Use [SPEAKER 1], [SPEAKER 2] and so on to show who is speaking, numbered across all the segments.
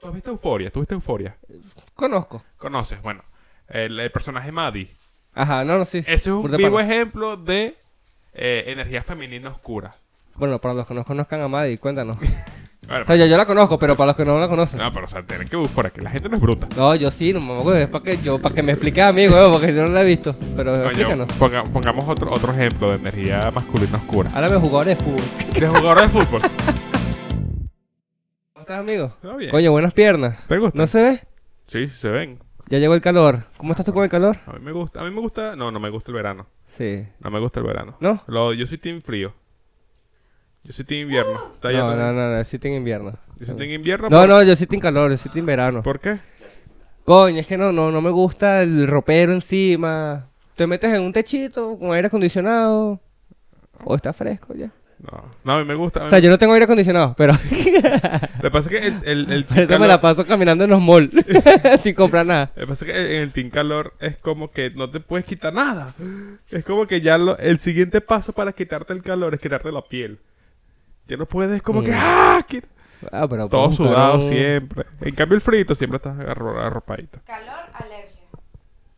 [SPEAKER 1] ¿Tú has visto Euforia? ¿Tú viste Euforia?
[SPEAKER 2] Conozco.
[SPEAKER 1] ¿Conoces? Bueno, el, el personaje Maddie.
[SPEAKER 2] Ajá, no, no, sí.
[SPEAKER 1] Ese es un
[SPEAKER 2] burda
[SPEAKER 1] vivo
[SPEAKER 2] pana.
[SPEAKER 1] ejemplo de eh, energía femenina oscura.
[SPEAKER 2] Bueno, para los que no conozcan a Maddie, cuéntanos.
[SPEAKER 1] Bueno,
[SPEAKER 2] o sea, yo, yo la conozco, pero para los que no la conocen. No,
[SPEAKER 1] no, pero o sea, tienen que buscar aquí. La gente no es bruta.
[SPEAKER 2] yo sí, no me acuerdo. Es para que, yo, para que me expliques a mí, güey, porque yo no la he visto. Pero
[SPEAKER 1] Coño,
[SPEAKER 2] explícanos.
[SPEAKER 1] ponga- pongamos otro, otro ejemplo de energía masculina oscura.
[SPEAKER 2] Háblame de jugadores de fútbol.
[SPEAKER 1] De jugador de fútbol.
[SPEAKER 2] ¿Cómo estás, amigo?
[SPEAKER 1] Está bien.
[SPEAKER 2] Coño, buenas piernas.
[SPEAKER 1] ¿Te gusta?
[SPEAKER 2] ¿No se ve?
[SPEAKER 1] Sí, sí se ven.
[SPEAKER 2] Ya llegó el calor. ¿Cómo estás tú con el calor?
[SPEAKER 1] A mí me gusta. A mí me gusta. No, no me gusta el verano.
[SPEAKER 2] Sí.
[SPEAKER 1] No me gusta el verano.
[SPEAKER 2] ¿No?
[SPEAKER 1] Lo- yo soy team frío. Yo soy team invierno. ¿Está ya
[SPEAKER 2] Ah. No,
[SPEAKER 1] también? pues.
[SPEAKER 2] no, no, no, sí tengo invierno.
[SPEAKER 1] Yo soy team invierno.
[SPEAKER 2] No,
[SPEAKER 1] por-
[SPEAKER 2] no, yo sí tengo calor, yo sí tengo verano.
[SPEAKER 1] ¿Por qué?
[SPEAKER 2] Coño, es que no, no, no me gusta el ropero encima. Te metes en un techito con aire acondicionado. O está fresco ya.
[SPEAKER 1] No, no, a mí me gusta. a mí
[SPEAKER 2] O sea, yo no tengo aire acondicionado, pero
[SPEAKER 1] me- Lo que pasa es que el, el, el
[SPEAKER 2] por
[SPEAKER 1] team
[SPEAKER 2] eso me la
[SPEAKER 1] calor,
[SPEAKER 2] paso caminando en los malls sin comprar nada.
[SPEAKER 1] lo que pasa es que en el team calor es como que no te puedes quitar nada. Es como que ya lo- el siguiente paso para quitarte el calor es quitarte la piel. Ya no puedes, como que.
[SPEAKER 2] Mm.
[SPEAKER 1] ¡Ah! que-
[SPEAKER 2] Ah, pero
[SPEAKER 1] Todo
[SPEAKER 2] puedo buscar
[SPEAKER 1] sudado
[SPEAKER 2] un-
[SPEAKER 1] siempre. En cambio, el frito siempre estás arro- arropadito.
[SPEAKER 3] Calor, alergia.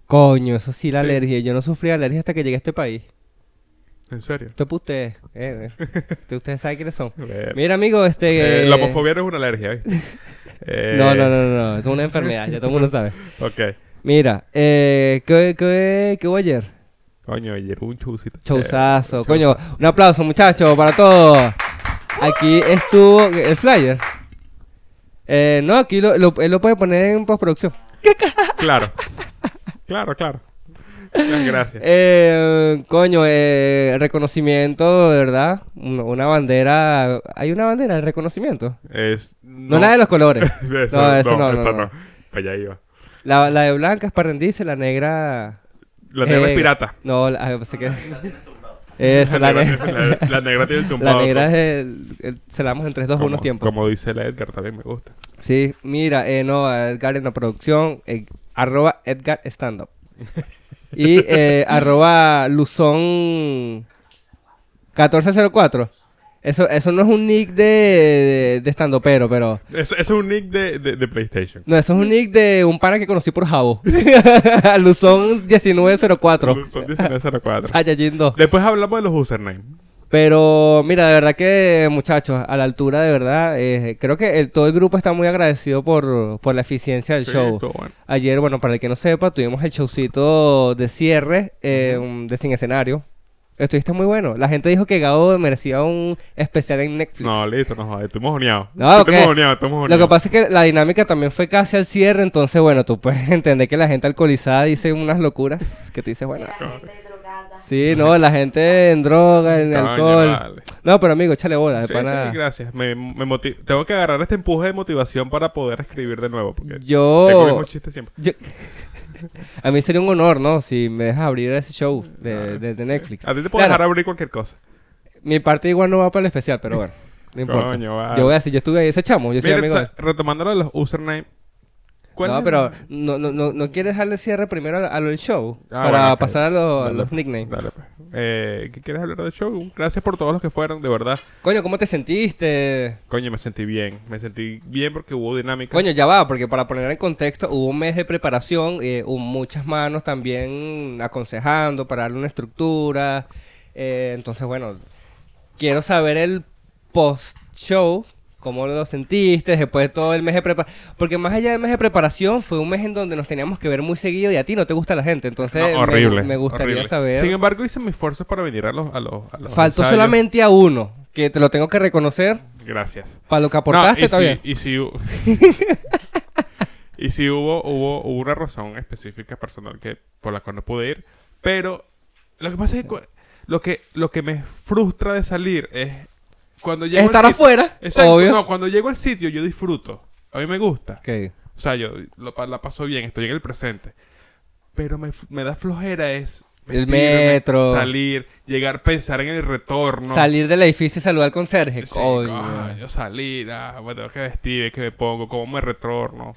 [SPEAKER 2] Coño, eso sí, la
[SPEAKER 1] Sí.
[SPEAKER 2] alergia. Yo no sufrí alergia hasta que llegué a este país.
[SPEAKER 1] En serio.
[SPEAKER 2] Esto es para ustedes. eh, eh. Ustedes- Ustedes saben quiénes son.
[SPEAKER 1] Ver.
[SPEAKER 2] Mira, amigo, este.
[SPEAKER 1] Eh,
[SPEAKER 2] eh,
[SPEAKER 1] la homofobia no es una alergia, ¿viste? Eh,
[SPEAKER 2] No, no, no, no, no, Es una enfermedad, ya todo el mundo sabe.
[SPEAKER 1] Ok.
[SPEAKER 2] Mira, eh, ¿qué, qué, ¿qué hubo ayer?
[SPEAKER 1] Coño, ayer hubo un showcito. Eh,
[SPEAKER 2] Chousazo,
[SPEAKER 1] chévere,
[SPEAKER 2] coño. Un aplauso, muchachos, para todos. Aquí estuvo el flyer. Eh, no, aquí lo, lo- él lo puede poner en postproducción.
[SPEAKER 1] chousazo. Claro. Claro, claro. Muchas gracias.
[SPEAKER 2] Eh, coño, eh, reconocimiento, de verdad. Una, una bandera. Hay una bandera de reconocimiento.
[SPEAKER 1] Es-
[SPEAKER 2] No, la de los colores.
[SPEAKER 1] Eso,
[SPEAKER 2] no, eso no, no,
[SPEAKER 1] eso
[SPEAKER 2] no.
[SPEAKER 1] Para allá iba.
[SPEAKER 2] La, la de blanca es para rendirse, la negra.
[SPEAKER 1] La negra
[SPEAKER 2] eh,
[SPEAKER 1] es pirata.
[SPEAKER 2] No, la, ah, pensé que. Eso, la,
[SPEAKER 1] La negra,
[SPEAKER 2] negra.
[SPEAKER 1] tiene- la- la negra tiene el tumbado. pues.
[SPEAKER 2] La negra es el, el- Se la damos en 3, 2,
[SPEAKER 1] como,
[SPEAKER 2] 1 tiempo.
[SPEAKER 1] Como dice la Edgar, también me gusta.
[SPEAKER 2] Sí, mira, eh, no, Edgar en la producción, eh, arroba Edgar Stand Up. Y eh, arroba Luzón 1404. Eso, eso no es un nick de, de, de stand upero, pero.
[SPEAKER 1] Eso, eso es un nick de, de, de PlayStation.
[SPEAKER 2] No, eso es un nick de un pana que conocí por Jabo. Luzón 1904.
[SPEAKER 1] Son 1904.
[SPEAKER 2] Saiyajin 2.
[SPEAKER 1] Después hablamos de los usernames.
[SPEAKER 2] Pero mira, de verdad que muchachos, a la altura de verdad, eh, creo que el, todo el grupo está muy agradecido por, por la eficiencia del
[SPEAKER 1] Sí,
[SPEAKER 2] show.
[SPEAKER 1] estuvo bueno.
[SPEAKER 2] Ayer, bueno, para el que no sepa, tuvimos el showcito de cierre eh, un- de Sin Escenario. Estuviste muy bueno. La gente dijo que Gabo merecía un especial en Netflix.
[SPEAKER 1] No, listo, no jodas. Estamos joneados.
[SPEAKER 2] No, ok.
[SPEAKER 1] Estamos joneados, estamos
[SPEAKER 2] Lo
[SPEAKER 1] joneados.
[SPEAKER 2] que pasa es que la dinámica también fue casi al cierre, entonces, bueno, tú puedes entender que la gente alcoholizada dice unas locuras que tú dices, bueno.
[SPEAKER 3] Era gente drogada.
[SPEAKER 2] Sí, no, la gente en droga, en
[SPEAKER 1] Coño,
[SPEAKER 2] alcohol.
[SPEAKER 1] vale.
[SPEAKER 2] No, pero amigo, échale bola, de
[SPEAKER 1] Sí,
[SPEAKER 2] pana.
[SPEAKER 1] sí, gracias. Me, me moti- Tengo que agarrar este empuje de motivación para poder escribir de nuevo. Porque tengo el
[SPEAKER 2] Yo.
[SPEAKER 1] mismo chiste siempre.
[SPEAKER 2] yo- a mí sería un honor, ¿no? Si me dejas abrir ese show de, de- de Netflix.
[SPEAKER 1] Ah. A ti te puedo
[SPEAKER 2] Claro,
[SPEAKER 1] dejar abrir cualquier cosa.
[SPEAKER 2] Mi parte igual no va para el especial, pero bueno. No importa.
[SPEAKER 1] Coño, vale.
[SPEAKER 2] Yo voy a decir, yo estuve ahí, ese chamo, yo soy
[SPEAKER 1] Miren,
[SPEAKER 2] amigo.
[SPEAKER 1] o
[SPEAKER 2] de-
[SPEAKER 1] sea, retomando lo de los usernames. ¿cuál
[SPEAKER 2] No,
[SPEAKER 1] es?
[SPEAKER 2] pero no, no, no, no quiere dejarle cierre primero al, al show
[SPEAKER 1] Ah,
[SPEAKER 2] para
[SPEAKER 1] bueno, ok.
[SPEAKER 2] pasar a, lo- a
[SPEAKER 1] Dale,
[SPEAKER 2] los
[SPEAKER 1] pues,
[SPEAKER 2] nicknames.
[SPEAKER 1] Dale, pues. Eh, ¿Qué quieres hablar del show? Gracias por todos los que fueron, de verdad.
[SPEAKER 2] Coño, ¿cómo te sentiste?
[SPEAKER 1] Coño, me sentí bien. Me sentí bien porque hubo dinámica.
[SPEAKER 2] Coño, ya va, porque para poner en contexto, hubo un mes de preparación, eh, hubo muchas manos también aconsejando para darle una estructura. eh, entonces, bueno, quiero saber el post-show, cómo lo sentiste después de todo el mes de preparación. Porque más allá del mes de preparación, fue un mes en donde nos teníamos que ver muy seguido y a ti no te gusta la gente. Entonces,
[SPEAKER 1] No,
[SPEAKER 2] me-
[SPEAKER 1] horrible.
[SPEAKER 2] me, gustaría
[SPEAKER 1] horrible.
[SPEAKER 2] saber.
[SPEAKER 1] Sin embargo, hice mis esfuerzos para venir a los. A los, a los
[SPEAKER 2] Faltó
[SPEAKER 1] ensayos.
[SPEAKER 2] solamente a uno, que te lo tengo que reconocer.
[SPEAKER 1] Gracias.
[SPEAKER 2] Para lo que
[SPEAKER 1] No,
[SPEAKER 2] aportaste
[SPEAKER 1] y
[SPEAKER 2] todavía.
[SPEAKER 1] Si, y si, hu- y si hubo, hubo, hubo una razón específica personal que por la cual no pude ir. Pero lo que pasa es que cu- lo que, lo que me frustra de salir es cuando llego
[SPEAKER 2] Es estar
[SPEAKER 1] al sitio-
[SPEAKER 2] afuera,
[SPEAKER 1] Exacto,
[SPEAKER 2] obvio.
[SPEAKER 1] no, cuando llego al sitio yo disfruto. A mí me gusta.
[SPEAKER 2] Ok.
[SPEAKER 1] O sea, yo lo pa- la paso bien, estoy en el presente. Pero me, f- me da flojera es
[SPEAKER 2] El
[SPEAKER 1] vestirme,
[SPEAKER 2] metro.
[SPEAKER 1] salir, llegar, pensar en el retorno.
[SPEAKER 2] Salir del edificio y saludar al conserje.
[SPEAKER 1] Sí,
[SPEAKER 2] Coño.
[SPEAKER 1] coño, salir, ah, me tengo que vestir, que me pongo, cómo me retorno.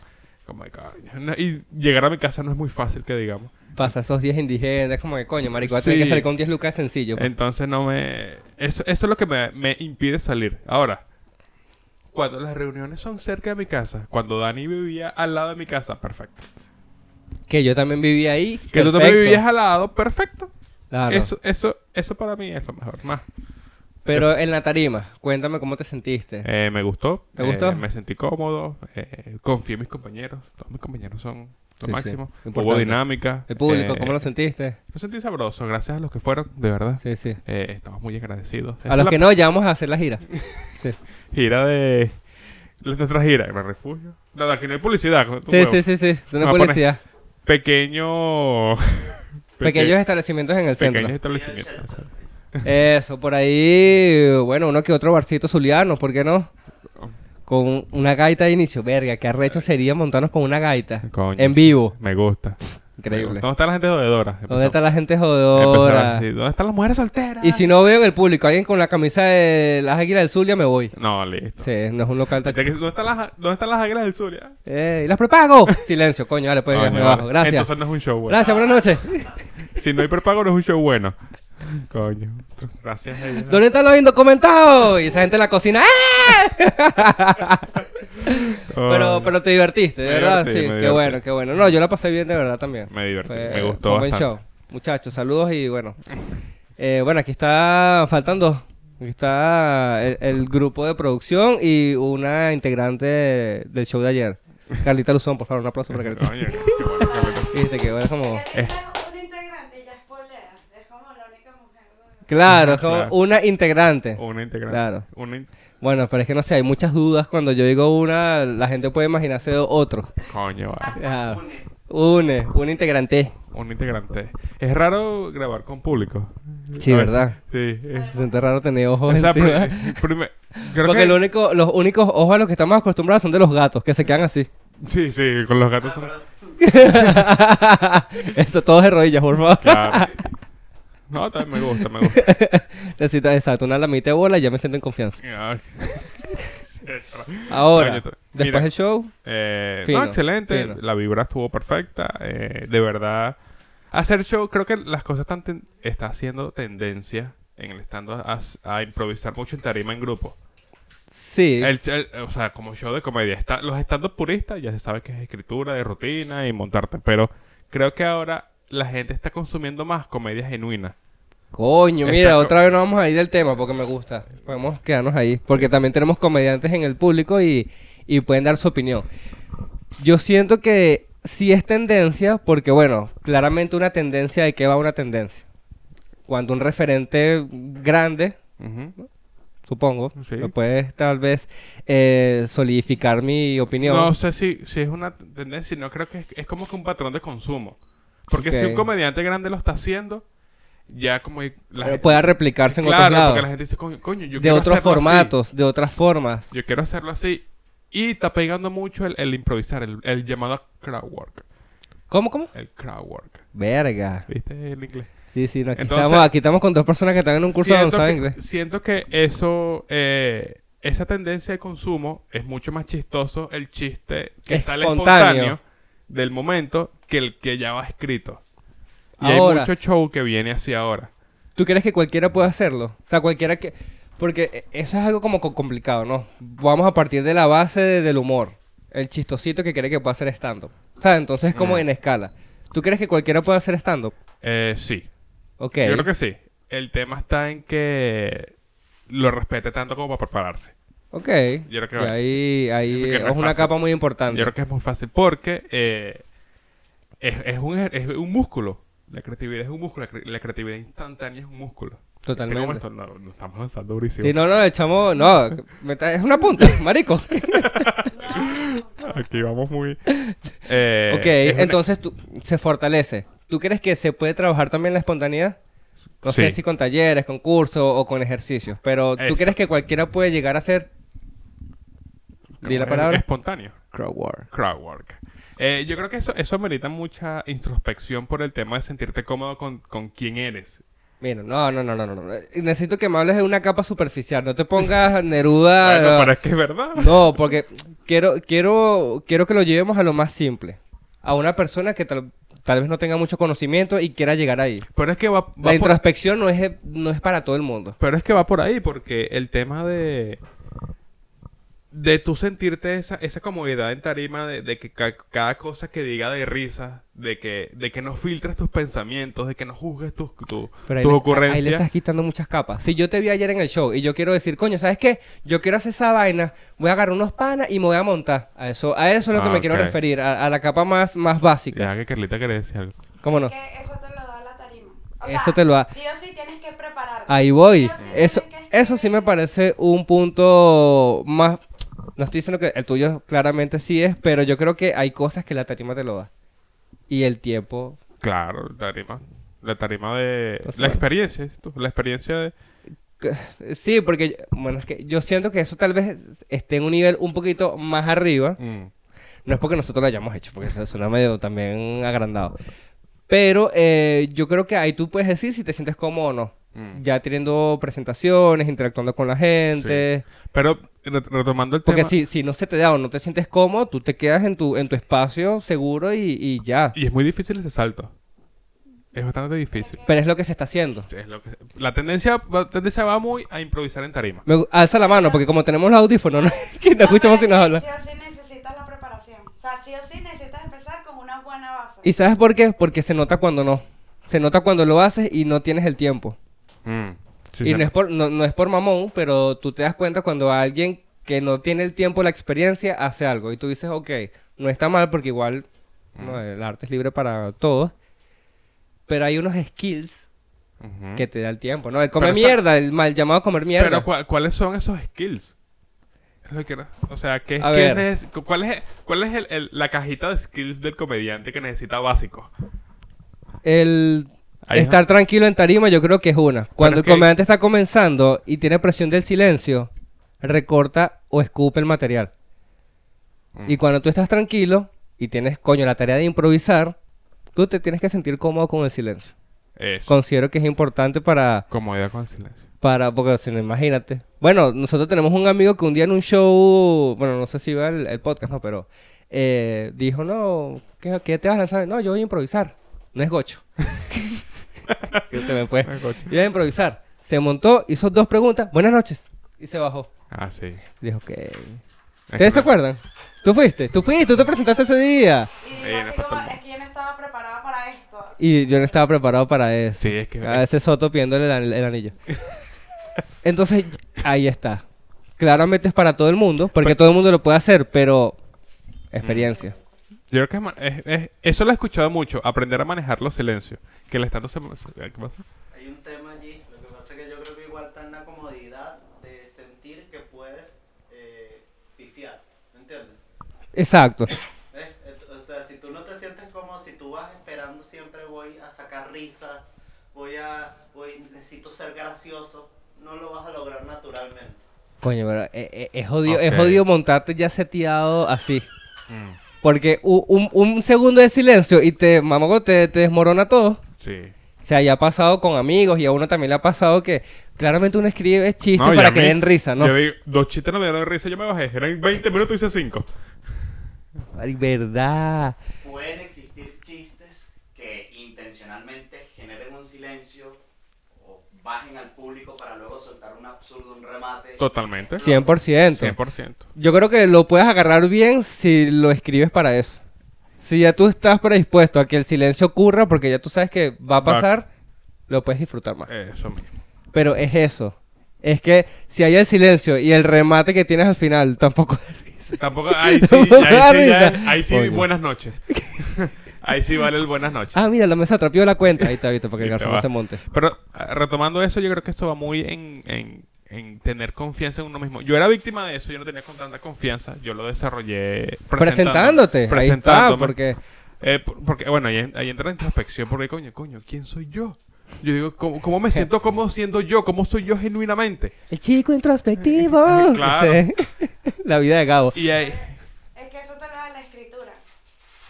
[SPEAKER 1] Como de coño. No, y llegar a mi casa no es muy fácil, que digamos.
[SPEAKER 2] Pasa esos 10 indígenas, como que coño, marico, vas a tener
[SPEAKER 1] Sí.
[SPEAKER 2] que salir con 10 lucas sencillo. pues.
[SPEAKER 1] Entonces no me... Eso, eso es lo que me, me impide salir. Ahora, Cuando las reuniones son cerca de mi casa, cuando Dani vivía al lado de mi casa, perfecto.
[SPEAKER 2] Que yo también vivía ahí.
[SPEAKER 1] Que tú también
[SPEAKER 2] perfecto. Ah,
[SPEAKER 1] vivías al lado, perfecto.
[SPEAKER 2] Claro.
[SPEAKER 1] Eso, eso, eso para mí es lo mejor. Más.
[SPEAKER 2] Pero en la tarima, cuéntame cómo te sentiste.
[SPEAKER 1] Eh, me gustó.
[SPEAKER 2] ¿Te
[SPEAKER 1] eh,
[SPEAKER 2] gustó?
[SPEAKER 1] me sentí cómodo. eh, confié en mis compañeros. Todos mis compañeros son lo
[SPEAKER 2] Sí, sí,
[SPEAKER 1] máximo. Hubo
[SPEAKER 2] importante.
[SPEAKER 1] dinámica.
[SPEAKER 2] El público,
[SPEAKER 1] eh,
[SPEAKER 2] ¿cómo lo sentiste?
[SPEAKER 1] Lo sentí sabroso. Gracias a los que fueron, de verdad.
[SPEAKER 2] Sí, sí.
[SPEAKER 1] Eh, estamos muy agradecidos. Esta
[SPEAKER 2] A los
[SPEAKER 1] es
[SPEAKER 2] que
[SPEAKER 1] la
[SPEAKER 2] no, ya vamos a hacer la gira. Sí,
[SPEAKER 1] Gira de... la- Nuestra gira. Me refugio. Nada, aquí no hay publicidad. con tu
[SPEAKER 2] sí,
[SPEAKER 1] huevo.
[SPEAKER 2] sí, sí. sí. De
[SPEAKER 1] Vamos
[SPEAKER 2] una
[SPEAKER 1] a poner
[SPEAKER 2] publicidad.
[SPEAKER 1] Pequeño...
[SPEAKER 2] Pequeños establecimientos en el centro.
[SPEAKER 1] Pequeños establecimientos.
[SPEAKER 2] Eso, por ahí, bueno, uno que otro barcito zuliano, ¿por qué no?
[SPEAKER 1] Oh.
[SPEAKER 2] Con una gaita de inicio, verga, qué arrecho sería montarnos con una gaita.
[SPEAKER 1] Coño,
[SPEAKER 2] En vivo.
[SPEAKER 1] Me gusta. Me
[SPEAKER 2] Increíble.
[SPEAKER 1] gusta. ¿Dónde está la gente jodedora?
[SPEAKER 2] ¿Dónde está
[SPEAKER 1] Empezamos.
[SPEAKER 2] la gente
[SPEAKER 1] Empezar
[SPEAKER 2] jodedora?
[SPEAKER 1] así, ¿Dónde están las mujeres solteras?
[SPEAKER 2] Y si no veo en el público a alguien con la camisa de las águilas del Zulia, me voy.
[SPEAKER 1] No, listo.
[SPEAKER 2] Sí, no es un local
[SPEAKER 1] Ya que-
[SPEAKER 2] taxi.
[SPEAKER 1] ¿Dónde están las, dónde están las águilas del Zulia?
[SPEAKER 2] ¡Eh! ¡Las prepago! Silencio, coño, dale, pues
[SPEAKER 1] Coño,
[SPEAKER 2] ya me
[SPEAKER 1] vale.
[SPEAKER 2] bajo. Gracias.
[SPEAKER 1] Entonces no es un show bueno.
[SPEAKER 2] Gracias, buenas noches.
[SPEAKER 1] Si no hay prepago, no es un show bueno. Coño. Gracias eh. a ellos.
[SPEAKER 2] ¿Dónde están los indocumentados? Y esa gente en la cocina. ¡eh! ¡Ah! Pero, pero te divertiste, de
[SPEAKER 1] Me
[SPEAKER 2] verdad,
[SPEAKER 1] divertí,
[SPEAKER 2] sí.
[SPEAKER 1] me
[SPEAKER 2] Qué
[SPEAKER 1] divertí.
[SPEAKER 2] bueno, qué bueno. No, yo la pasé bien, de verdad, también.
[SPEAKER 1] Me divertí,
[SPEAKER 2] Fue-
[SPEAKER 1] me gustó
[SPEAKER 2] fue un buen show.
[SPEAKER 1] bastante.
[SPEAKER 2] Muchachos, saludos y bueno. Eh, bueno, aquí está, faltan dos. Aquí está el, el grupo de producción y una integrante del show de ayer. Carlita Luzón, por favor, un aplauso para Carlita.
[SPEAKER 1] Coño, qué bueno, qué bueno.
[SPEAKER 2] Viste que bueno, es como...
[SPEAKER 3] Que tenga un integrante ya es polea. Es como la única mujer. de-
[SPEAKER 2] Claro, es como
[SPEAKER 1] Claro. Oh.
[SPEAKER 2] una integrante.
[SPEAKER 1] Una integrante.
[SPEAKER 2] Claro.
[SPEAKER 1] Una in-
[SPEAKER 2] Bueno, pero es que no sé, hay muchas dudas. Cuando yo digo una, la gente puede imaginarse otro.
[SPEAKER 1] Coño, vale.
[SPEAKER 2] Ah, Une, un integrante.
[SPEAKER 1] Un integrante. Es raro grabar con público.
[SPEAKER 2] Sí,
[SPEAKER 1] A veces.
[SPEAKER 2] ¿verdad?
[SPEAKER 1] Sí. es-
[SPEAKER 2] Se siente raro tener ojos
[SPEAKER 1] O sea,
[SPEAKER 2] encima.
[SPEAKER 1] pri- primer- creo
[SPEAKER 2] Porque
[SPEAKER 1] que-
[SPEAKER 2] lo único, los únicos ojos a los que estamos acostumbrados son de los gatos, que se quedan así.
[SPEAKER 1] Sí, sí, con los gatos. son-
[SPEAKER 2] Eso, todos de rodillas, por favor.
[SPEAKER 1] Claro. No, también me gusta, me gusta.
[SPEAKER 2] Necesitas, exacto, una lamita de bola y ya me siento en confianza.
[SPEAKER 1] Ay. Sí, claro.
[SPEAKER 2] Ahora,
[SPEAKER 1] No, yo te-
[SPEAKER 2] después
[SPEAKER 1] mira.
[SPEAKER 2] del show,
[SPEAKER 1] Eh,
[SPEAKER 2] Fino,
[SPEAKER 1] no, excelente.
[SPEAKER 2] fino.
[SPEAKER 1] La vibra estuvo perfecta. eh, de verdad. Hacer show, creo que las cosas están ten- está haciendo tendencia en el estando a, a improvisar mucho en tarima en grupo.
[SPEAKER 2] sí.
[SPEAKER 1] El- el- o sea, como show de comedia. Está, los estando puristas ya se sabe que es escritura de rutina y montarte. Pero creo que ahora la gente está consumiendo más comedia genuina.
[SPEAKER 2] Coño,
[SPEAKER 1] Está
[SPEAKER 2] mira,
[SPEAKER 1] co-
[SPEAKER 2] otra vez nos vamos a ir del tema porque me gusta. Podemos quedarnos ahí. Porque también tenemos comediantes en el público y, y pueden dar su opinión. Yo siento que sí es tendencia, porque bueno, claramente una tendencia, ¿de qué va una tendencia? Cuando un referente grande,
[SPEAKER 1] Ujú.
[SPEAKER 2] supongo,
[SPEAKER 1] Sí.
[SPEAKER 2] me puedes tal vez eh, solidificar mi opinión.
[SPEAKER 1] No sé si, si es una tendencia, no creo que es, es como que un patrón de consumo. Porque si
[SPEAKER 2] Ok.
[SPEAKER 1] un comediante grande lo está haciendo, ya como que la
[SPEAKER 2] pero
[SPEAKER 1] gen-
[SPEAKER 2] pueda replicarse en
[SPEAKER 1] claro,
[SPEAKER 2] otros lados.
[SPEAKER 1] porque la gente dice, coño, coño, yo
[SPEAKER 2] De
[SPEAKER 1] quiero
[SPEAKER 2] otros
[SPEAKER 1] hacerlo así.
[SPEAKER 2] formatos, de otras formas.
[SPEAKER 1] Yo quiero hacerlo así. Y está pegando mucho el, el improvisar, el, el llamado crowd work.
[SPEAKER 2] ¿Cómo, cómo?
[SPEAKER 1] El crowd work.
[SPEAKER 2] Verga.
[SPEAKER 1] ¿Viste el inglés?
[SPEAKER 2] Sí, sí, no, aquí,
[SPEAKER 1] Entonces-
[SPEAKER 2] estamos, aquí estamos con dos personas que están en un curso avanzado de
[SPEAKER 1] que,
[SPEAKER 2] inglés.
[SPEAKER 1] siento que eso, eh, esa tendencia de consumo es mucho más chistoso el chiste que sale
[SPEAKER 2] Espontáneo.
[SPEAKER 1] espontáneo del momento que el que ya va escrito. Y hay
[SPEAKER 2] Ahora.
[SPEAKER 1] mucho show que viene hacia ahora.
[SPEAKER 2] ¿Tú crees que cualquiera puede hacerlo? O sea, cualquiera que... Porque eh, eso es algo como co- complicado, ¿no? Vamos a partir de la base de- del humor. El chistosito que cree que puede hacer stand-up. O sea, entonces como
[SPEAKER 1] Mm.
[SPEAKER 2] en escala. ¿Tú crees que cualquiera puede hacer stand-up?
[SPEAKER 1] Eh, sí,
[SPEAKER 2] Ok.
[SPEAKER 1] yo creo que sí. El tema está en que lo respete tanto como para prepararse.
[SPEAKER 2] Ok.
[SPEAKER 1] Yo creo que
[SPEAKER 2] Y
[SPEAKER 1] vale.
[SPEAKER 2] ahí, ahí
[SPEAKER 1] Yo creo que no
[SPEAKER 2] es
[SPEAKER 1] es
[SPEAKER 2] una
[SPEAKER 1] fácil.
[SPEAKER 2] capa muy importante.
[SPEAKER 1] Yo creo que es muy fácil porque eh, es, es un, ejer- es un músculo. La creatividad es un músculo. La, cre- la creatividad instantánea es un músculo.
[SPEAKER 2] Totalmente.
[SPEAKER 1] Tengo esto- no, no, estamos lanzando durísimo.
[SPEAKER 2] Sí, no, no, echamos... No, me tra- es una punta, marico.
[SPEAKER 1] Aquí vamos muy. Eh,
[SPEAKER 2] ok,
[SPEAKER 1] es una-
[SPEAKER 2] entonces tú- se fortalece. ¿Tú crees que se puede trabajar también la espontaneidad? No sé
[SPEAKER 1] Sí.
[SPEAKER 2] si con talleres, con cursos o con ejercicios, pero ¿tú
[SPEAKER 1] Eso.
[SPEAKER 2] crees que cualquiera puede llegar a ser? Di la
[SPEAKER 1] es-
[SPEAKER 2] palabra.
[SPEAKER 1] Espontáneo.
[SPEAKER 2] Crowdwork.
[SPEAKER 1] Crowdwork. Eh, yo creo que eso, eso merita mucha introspección por el tema de sentirte cómodo con, con quién eres.
[SPEAKER 2] Mira, no, no, no, no, no, no. Eh, Necesito que me hables de una capa superficial. No te pongas Neruda.
[SPEAKER 1] Bueno,
[SPEAKER 2] eh,
[SPEAKER 1] pero es que es verdad.
[SPEAKER 2] No, porque quiero, quiero, quiero que lo llevemos a lo más simple. A una persona que tal, tal vez no tenga mucho conocimiento y quiera llegar ahí.
[SPEAKER 1] Pero es que va, va
[SPEAKER 2] La
[SPEAKER 1] por,
[SPEAKER 2] introspección no es, no es para todo el mundo.
[SPEAKER 1] pero es que va por ahí porque el tema de de tú sentirte esa, esa comodidad en tarima de, de que ca- cada cosa que diga de risa, de que, de que no filtres tus pensamientos, de que no juzgues tus, tu-
[SPEAKER 2] Pero ahí
[SPEAKER 1] tus
[SPEAKER 2] le-
[SPEAKER 1] ocurrencias.
[SPEAKER 2] Ahí le estás quitando muchas capas. Si yo te vi ayer en el show y yo quiero decir, coño, ¿sabes qué? Yo quiero hacer esa vaina, voy a agarrar unos panas y me voy a montar. A eso, a eso es lo que
[SPEAKER 1] Ah,
[SPEAKER 2] me quiero
[SPEAKER 1] ok.
[SPEAKER 2] referir, a, a la capa más, más básica.
[SPEAKER 1] Ya que Carlita quería decir algo.
[SPEAKER 2] ¿Cómo no?
[SPEAKER 3] Que eso te lo da la tarima.
[SPEAKER 2] Eso te lo da.
[SPEAKER 3] Sí o sí tienes que prepararte.
[SPEAKER 2] Ahí voy.
[SPEAKER 3] Sí o sí
[SPEAKER 2] Eso,
[SPEAKER 3] tienes que
[SPEAKER 2] eso sí me
[SPEAKER 3] escribir.
[SPEAKER 2] parece un punto más. No estoy diciendo que el tuyo claramente sí es, pero yo creo que hay cosas que la tarima te lo da. Y el tiempo.
[SPEAKER 1] Claro, tarima. La tarima de...
[SPEAKER 2] Entonces,
[SPEAKER 1] la
[SPEAKER 2] bueno.
[SPEAKER 1] experiencia, dices tú, La experiencia de...
[SPEAKER 2] Sí, porque bueno, es que yo siento que eso tal vez esté en un nivel un poquito más arriba.
[SPEAKER 1] Mm.
[SPEAKER 2] No es porque nosotros lo hayamos hecho, porque eso suena medio también agrandado. Pero eh, yo creo que ahí tú puedes decir si te sientes cómodo o no.
[SPEAKER 1] Mm.
[SPEAKER 2] Ya teniendo presentaciones, interactuando con la gente.
[SPEAKER 1] Pero re- retomando el
[SPEAKER 2] Porque
[SPEAKER 1] tema...
[SPEAKER 2] si, si no se te da o no te sientes cómodo, tú te quedas en tu, en tu espacio seguro y, y ya.
[SPEAKER 1] Y es muy difícil ese salto. Es bastante difícil.
[SPEAKER 2] Pero es lo que se está haciendo.
[SPEAKER 1] Es lo que- La tendencia, la tendencia va muy a improvisar en tarima.
[SPEAKER 2] Me gu- alza la mano, porque como tenemos los audífonos, ¿no? que no escuchamos si
[SPEAKER 3] pero
[SPEAKER 2] nos
[SPEAKER 3] es que
[SPEAKER 2] habla.
[SPEAKER 3] Sí o sí necesitas la preparación. O sea, sí o sí necesitas empezar con una buena base.
[SPEAKER 2] ¿Y sabes por qué? Porque se nota cuando no. Se nota cuando lo haces y no tienes el tiempo.
[SPEAKER 1] Mm. Sí,
[SPEAKER 2] y
[SPEAKER 1] sí.
[SPEAKER 2] no es, por, no, no es por mamón, pero tú te das cuenta cuando alguien que no tiene el tiempo, la experiencia, hace algo. Y tú dices, ok, no está mal porque igual no,
[SPEAKER 1] Mm.
[SPEAKER 2] el arte es libre para todos. Pero hay unos skills
[SPEAKER 1] Ujú.
[SPEAKER 2] que te da el tiempo, ¿no? El comer
[SPEAKER 1] Mm. Pero esa-
[SPEAKER 2] mierda, el mal llamado comer mierda.
[SPEAKER 1] Pero ¿cuál- ¿cuáles son esos skills? Es lo que era- O sea, ¿qué
[SPEAKER 2] A
[SPEAKER 1] skills
[SPEAKER 2] ver.
[SPEAKER 1] neces- cu- ¿Cuál es, cuál es el- el- la cajita de skills del comediante que necesita básico?
[SPEAKER 2] El
[SPEAKER 1] Ahí es-
[SPEAKER 2] estar tranquilo en tarima yo creo que es una.
[SPEAKER 1] es
[SPEAKER 2] Cuando el
[SPEAKER 1] que-
[SPEAKER 2] comediante está comenzando y tiene presión del silencio, recorta o escupe el material.
[SPEAKER 1] Mm.
[SPEAKER 2] Y cuando tú estás tranquilo y tienes, coño, la tarea de improvisar, tú te tienes que sentir cómodo con el silencio.
[SPEAKER 1] Eso.
[SPEAKER 2] Considero que es importante para,
[SPEAKER 1] Comodidad con el silencio.
[SPEAKER 2] para porque si no, imagínate. Bueno, nosotros tenemos un amigo que un día en un show, bueno, no sé si va el, el podcast, ¿no? Pero eh, dijo, no, ¿qué, qué te vas a lanzar? No, yo voy a improvisar. No es gocho. Que se me fue.
[SPEAKER 1] Ay, coche.
[SPEAKER 2] Yo voy a improvisar. Se montó, hizo dos preguntas. Buenas noches. Y se bajó.
[SPEAKER 1] Ah, sí.
[SPEAKER 2] Dijo, ok.
[SPEAKER 1] Es
[SPEAKER 2] ¿Ustedes
[SPEAKER 1] que
[SPEAKER 2] se
[SPEAKER 1] me-
[SPEAKER 2] acuerdan? Tú fuiste, tú fuiste, tú te presentaste ese día.
[SPEAKER 3] Y
[SPEAKER 1] Ey,
[SPEAKER 3] digo
[SPEAKER 1] le
[SPEAKER 3] así
[SPEAKER 1] falta
[SPEAKER 3] como,
[SPEAKER 1] el-
[SPEAKER 3] es que yo no estaba preparada para esto.
[SPEAKER 2] Y yo no estaba preparado para eso.
[SPEAKER 1] Sí, es que-
[SPEAKER 2] A ese soto pidiéndole el, an- el anillo. Entonces, ahí está. Claramente es para todo el mundo, porque
[SPEAKER 1] Pero-
[SPEAKER 2] todo el mundo lo puede hacer, pero experiencia.
[SPEAKER 1] Yo creo que es ma- es- es- eso lo he escuchado mucho. Aprender a manejar los silencios. Que el estando se... se- ¿Qué pasa?
[SPEAKER 4] Hay un tema allí, lo que pasa es que yo creo que igual está en la comodidad de sentir que puedes eh, pifiar, ¿me entiendes?
[SPEAKER 2] Exacto.
[SPEAKER 4] ¿Ves? Et- O sea, si tú no te sientes como si tú vas esperando siempre voy a sacar risa, voy a, voy, necesito ser gracioso, no lo vas a lograr naturalmente.
[SPEAKER 2] Coño, pero eh, eh, es jodido, es
[SPEAKER 1] Ok.
[SPEAKER 2] jodido montarte ya seteado así.
[SPEAKER 1] Mm.
[SPEAKER 2] Porque u- un, un segundo de silencio y te, mamago, te, te desmorona todo.
[SPEAKER 1] Sí.
[SPEAKER 2] O sea, ya ha pasado con amigos y a uno también le ha pasado que claramente uno escribe chistes
[SPEAKER 1] No, y
[SPEAKER 2] para
[SPEAKER 1] a
[SPEAKER 2] que
[SPEAKER 1] mí-
[SPEAKER 2] den risa, ¿no?
[SPEAKER 1] Yo digo, dos chistes no me dieron risa, yo me bajé. Eran 20 minutos y hice 5.
[SPEAKER 2] Ay, verdad.
[SPEAKER 5] Pueden existir chistes que intencionalmente generen un silencio o bajen al público para luego soltar un absurdo, un remate.
[SPEAKER 1] Totalmente.
[SPEAKER 2] 100%.
[SPEAKER 1] 100%.
[SPEAKER 2] Yo creo que lo puedes agarrar bien si lo escribes para eso. Si ya tú estás predispuesto a que el silencio ocurra porque ya tú sabes que va a
[SPEAKER 1] Va.
[SPEAKER 2] pasar, lo puedes disfrutar más.
[SPEAKER 1] Eso mismo.
[SPEAKER 2] Pero es eso. Es que si hay el silencio y el remate que tienes al final tampoco
[SPEAKER 1] Tampoco, ahí sí, ahí sí,
[SPEAKER 2] Tampoco da
[SPEAKER 1] ya-
[SPEAKER 2] risa.
[SPEAKER 1] ahí sí,
[SPEAKER 2] Oye.
[SPEAKER 1] buenas noches. ahí sí vale el buenas noches.
[SPEAKER 2] Ah, mira, la mesa trapió la cuenta. Ahí está, viste, para que
[SPEAKER 1] Y
[SPEAKER 2] el
[SPEAKER 1] te
[SPEAKER 2] garzón
[SPEAKER 1] va.
[SPEAKER 2] no se monte.
[SPEAKER 1] Pero ah, retomando eso, yo creo que esto va muy en, en- en tener confianza en uno mismo. Yo era víctima de eso, yo no tenía con tanta confianza. Yo lo desarrollé presentándome,
[SPEAKER 2] Presentándote. Ahí está,
[SPEAKER 1] presentándome.
[SPEAKER 2] porque...
[SPEAKER 1] Eh, por- porque, bueno, ahí, en- ahí entra la introspección, porque coño, coño, ¿quién soy yo? Yo digo, ¿cómo, cómo me siento cómodo siendo yo? ¿Cómo soy yo genuinamente?
[SPEAKER 2] El chico introspectivo.
[SPEAKER 1] Claro.
[SPEAKER 2] Ese- la vida de Gabo.
[SPEAKER 1] Y ahí...
[SPEAKER 3] Es que eso te lo da la escritura.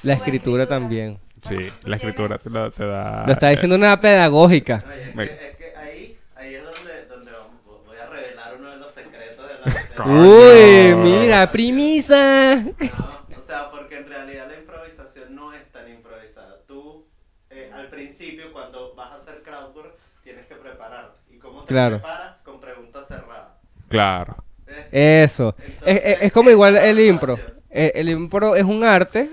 [SPEAKER 2] La
[SPEAKER 3] Tu
[SPEAKER 2] escritura
[SPEAKER 3] escritura.
[SPEAKER 2] también.
[SPEAKER 1] Sí, la escritura te, la- te da...
[SPEAKER 2] Lo está diciendo una pedagógica.
[SPEAKER 4] No, y es,
[SPEAKER 1] Me-
[SPEAKER 4] que, es que ahí, ahí es donde, donde vamos- voy a revelar uno de los secretos de la... de la-
[SPEAKER 1] Coño.
[SPEAKER 2] Uy, mira, primisa.
[SPEAKER 4] No, o sea, porque en realidad la improvisación no es tan improvisada. Tú, eh, al principio, cuando vas a hacer crowdwork, tienes que prepararte. ¿Y cómo te
[SPEAKER 2] Claro.
[SPEAKER 4] preparas? Con preguntas cerradas.
[SPEAKER 1] Claro.
[SPEAKER 4] Eh,
[SPEAKER 2] Eso. Es-
[SPEAKER 4] Entonces,
[SPEAKER 2] es, es como
[SPEAKER 4] esa
[SPEAKER 2] igual
[SPEAKER 4] es la
[SPEAKER 2] el impro.
[SPEAKER 4] relación.
[SPEAKER 2] Eh, El impro es un arte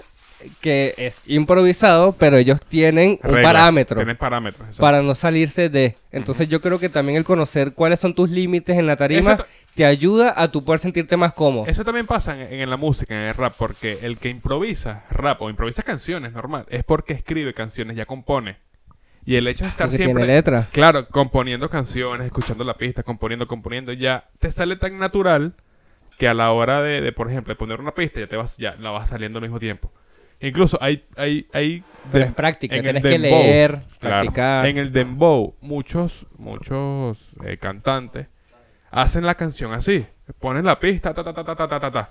[SPEAKER 2] que es improvisado, pero ellos tienen un
[SPEAKER 1] Reglas,
[SPEAKER 2] parámetro
[SPEAKER 1] Tienen parámetros. exacto.
[SPEAKER 2] para no salirse de. Entonces yo creo que también el conocer cuáles son tus límites en la tarima
[SPEAKER 1] Eso ta-
[SPEAKER 2] te ayuda a tu poder sentirte más cómodo.
[SPEAKER 1] Eso también pasa en, en la música, en el rap, porque el que improvisa rap o improvisa canciones, normal, es porque escribe canciones, ya compone. Y el hecho de estar
[SPEAKER 2] Ah, Porque tiene
[SPEAKER 1] siempre...
[SPEAKER 2] letra.
[SPEAKER 1] Claro, componiendo canciones, escuchando la pista, componiendo, componiendo, ya te sale tan natural que a la hora de, de, por ejemplo, de poner una pista, ya te vas, ya la vas saliendo al mismo tiempo. Incluso hay, hay, hay
[SPEAKER 2] Pero
[SPEAKER 1] dem-
[SPEAKER 2] es práctica,
[SPEAKER 1] en el
[SPEAKER 2] tienes que
[SPEAKER 1] dembow,
[SPEAKER 2] leer,
[SPEAKER 1] claro.
[SPEAKER 2] practicar.
[SPEAKER 1] En el dembow, muchos, muchos eh, cantantes hacen la canción así. Ponen la pista, ta, ta, ta, ta, ta, ta, ta, ta.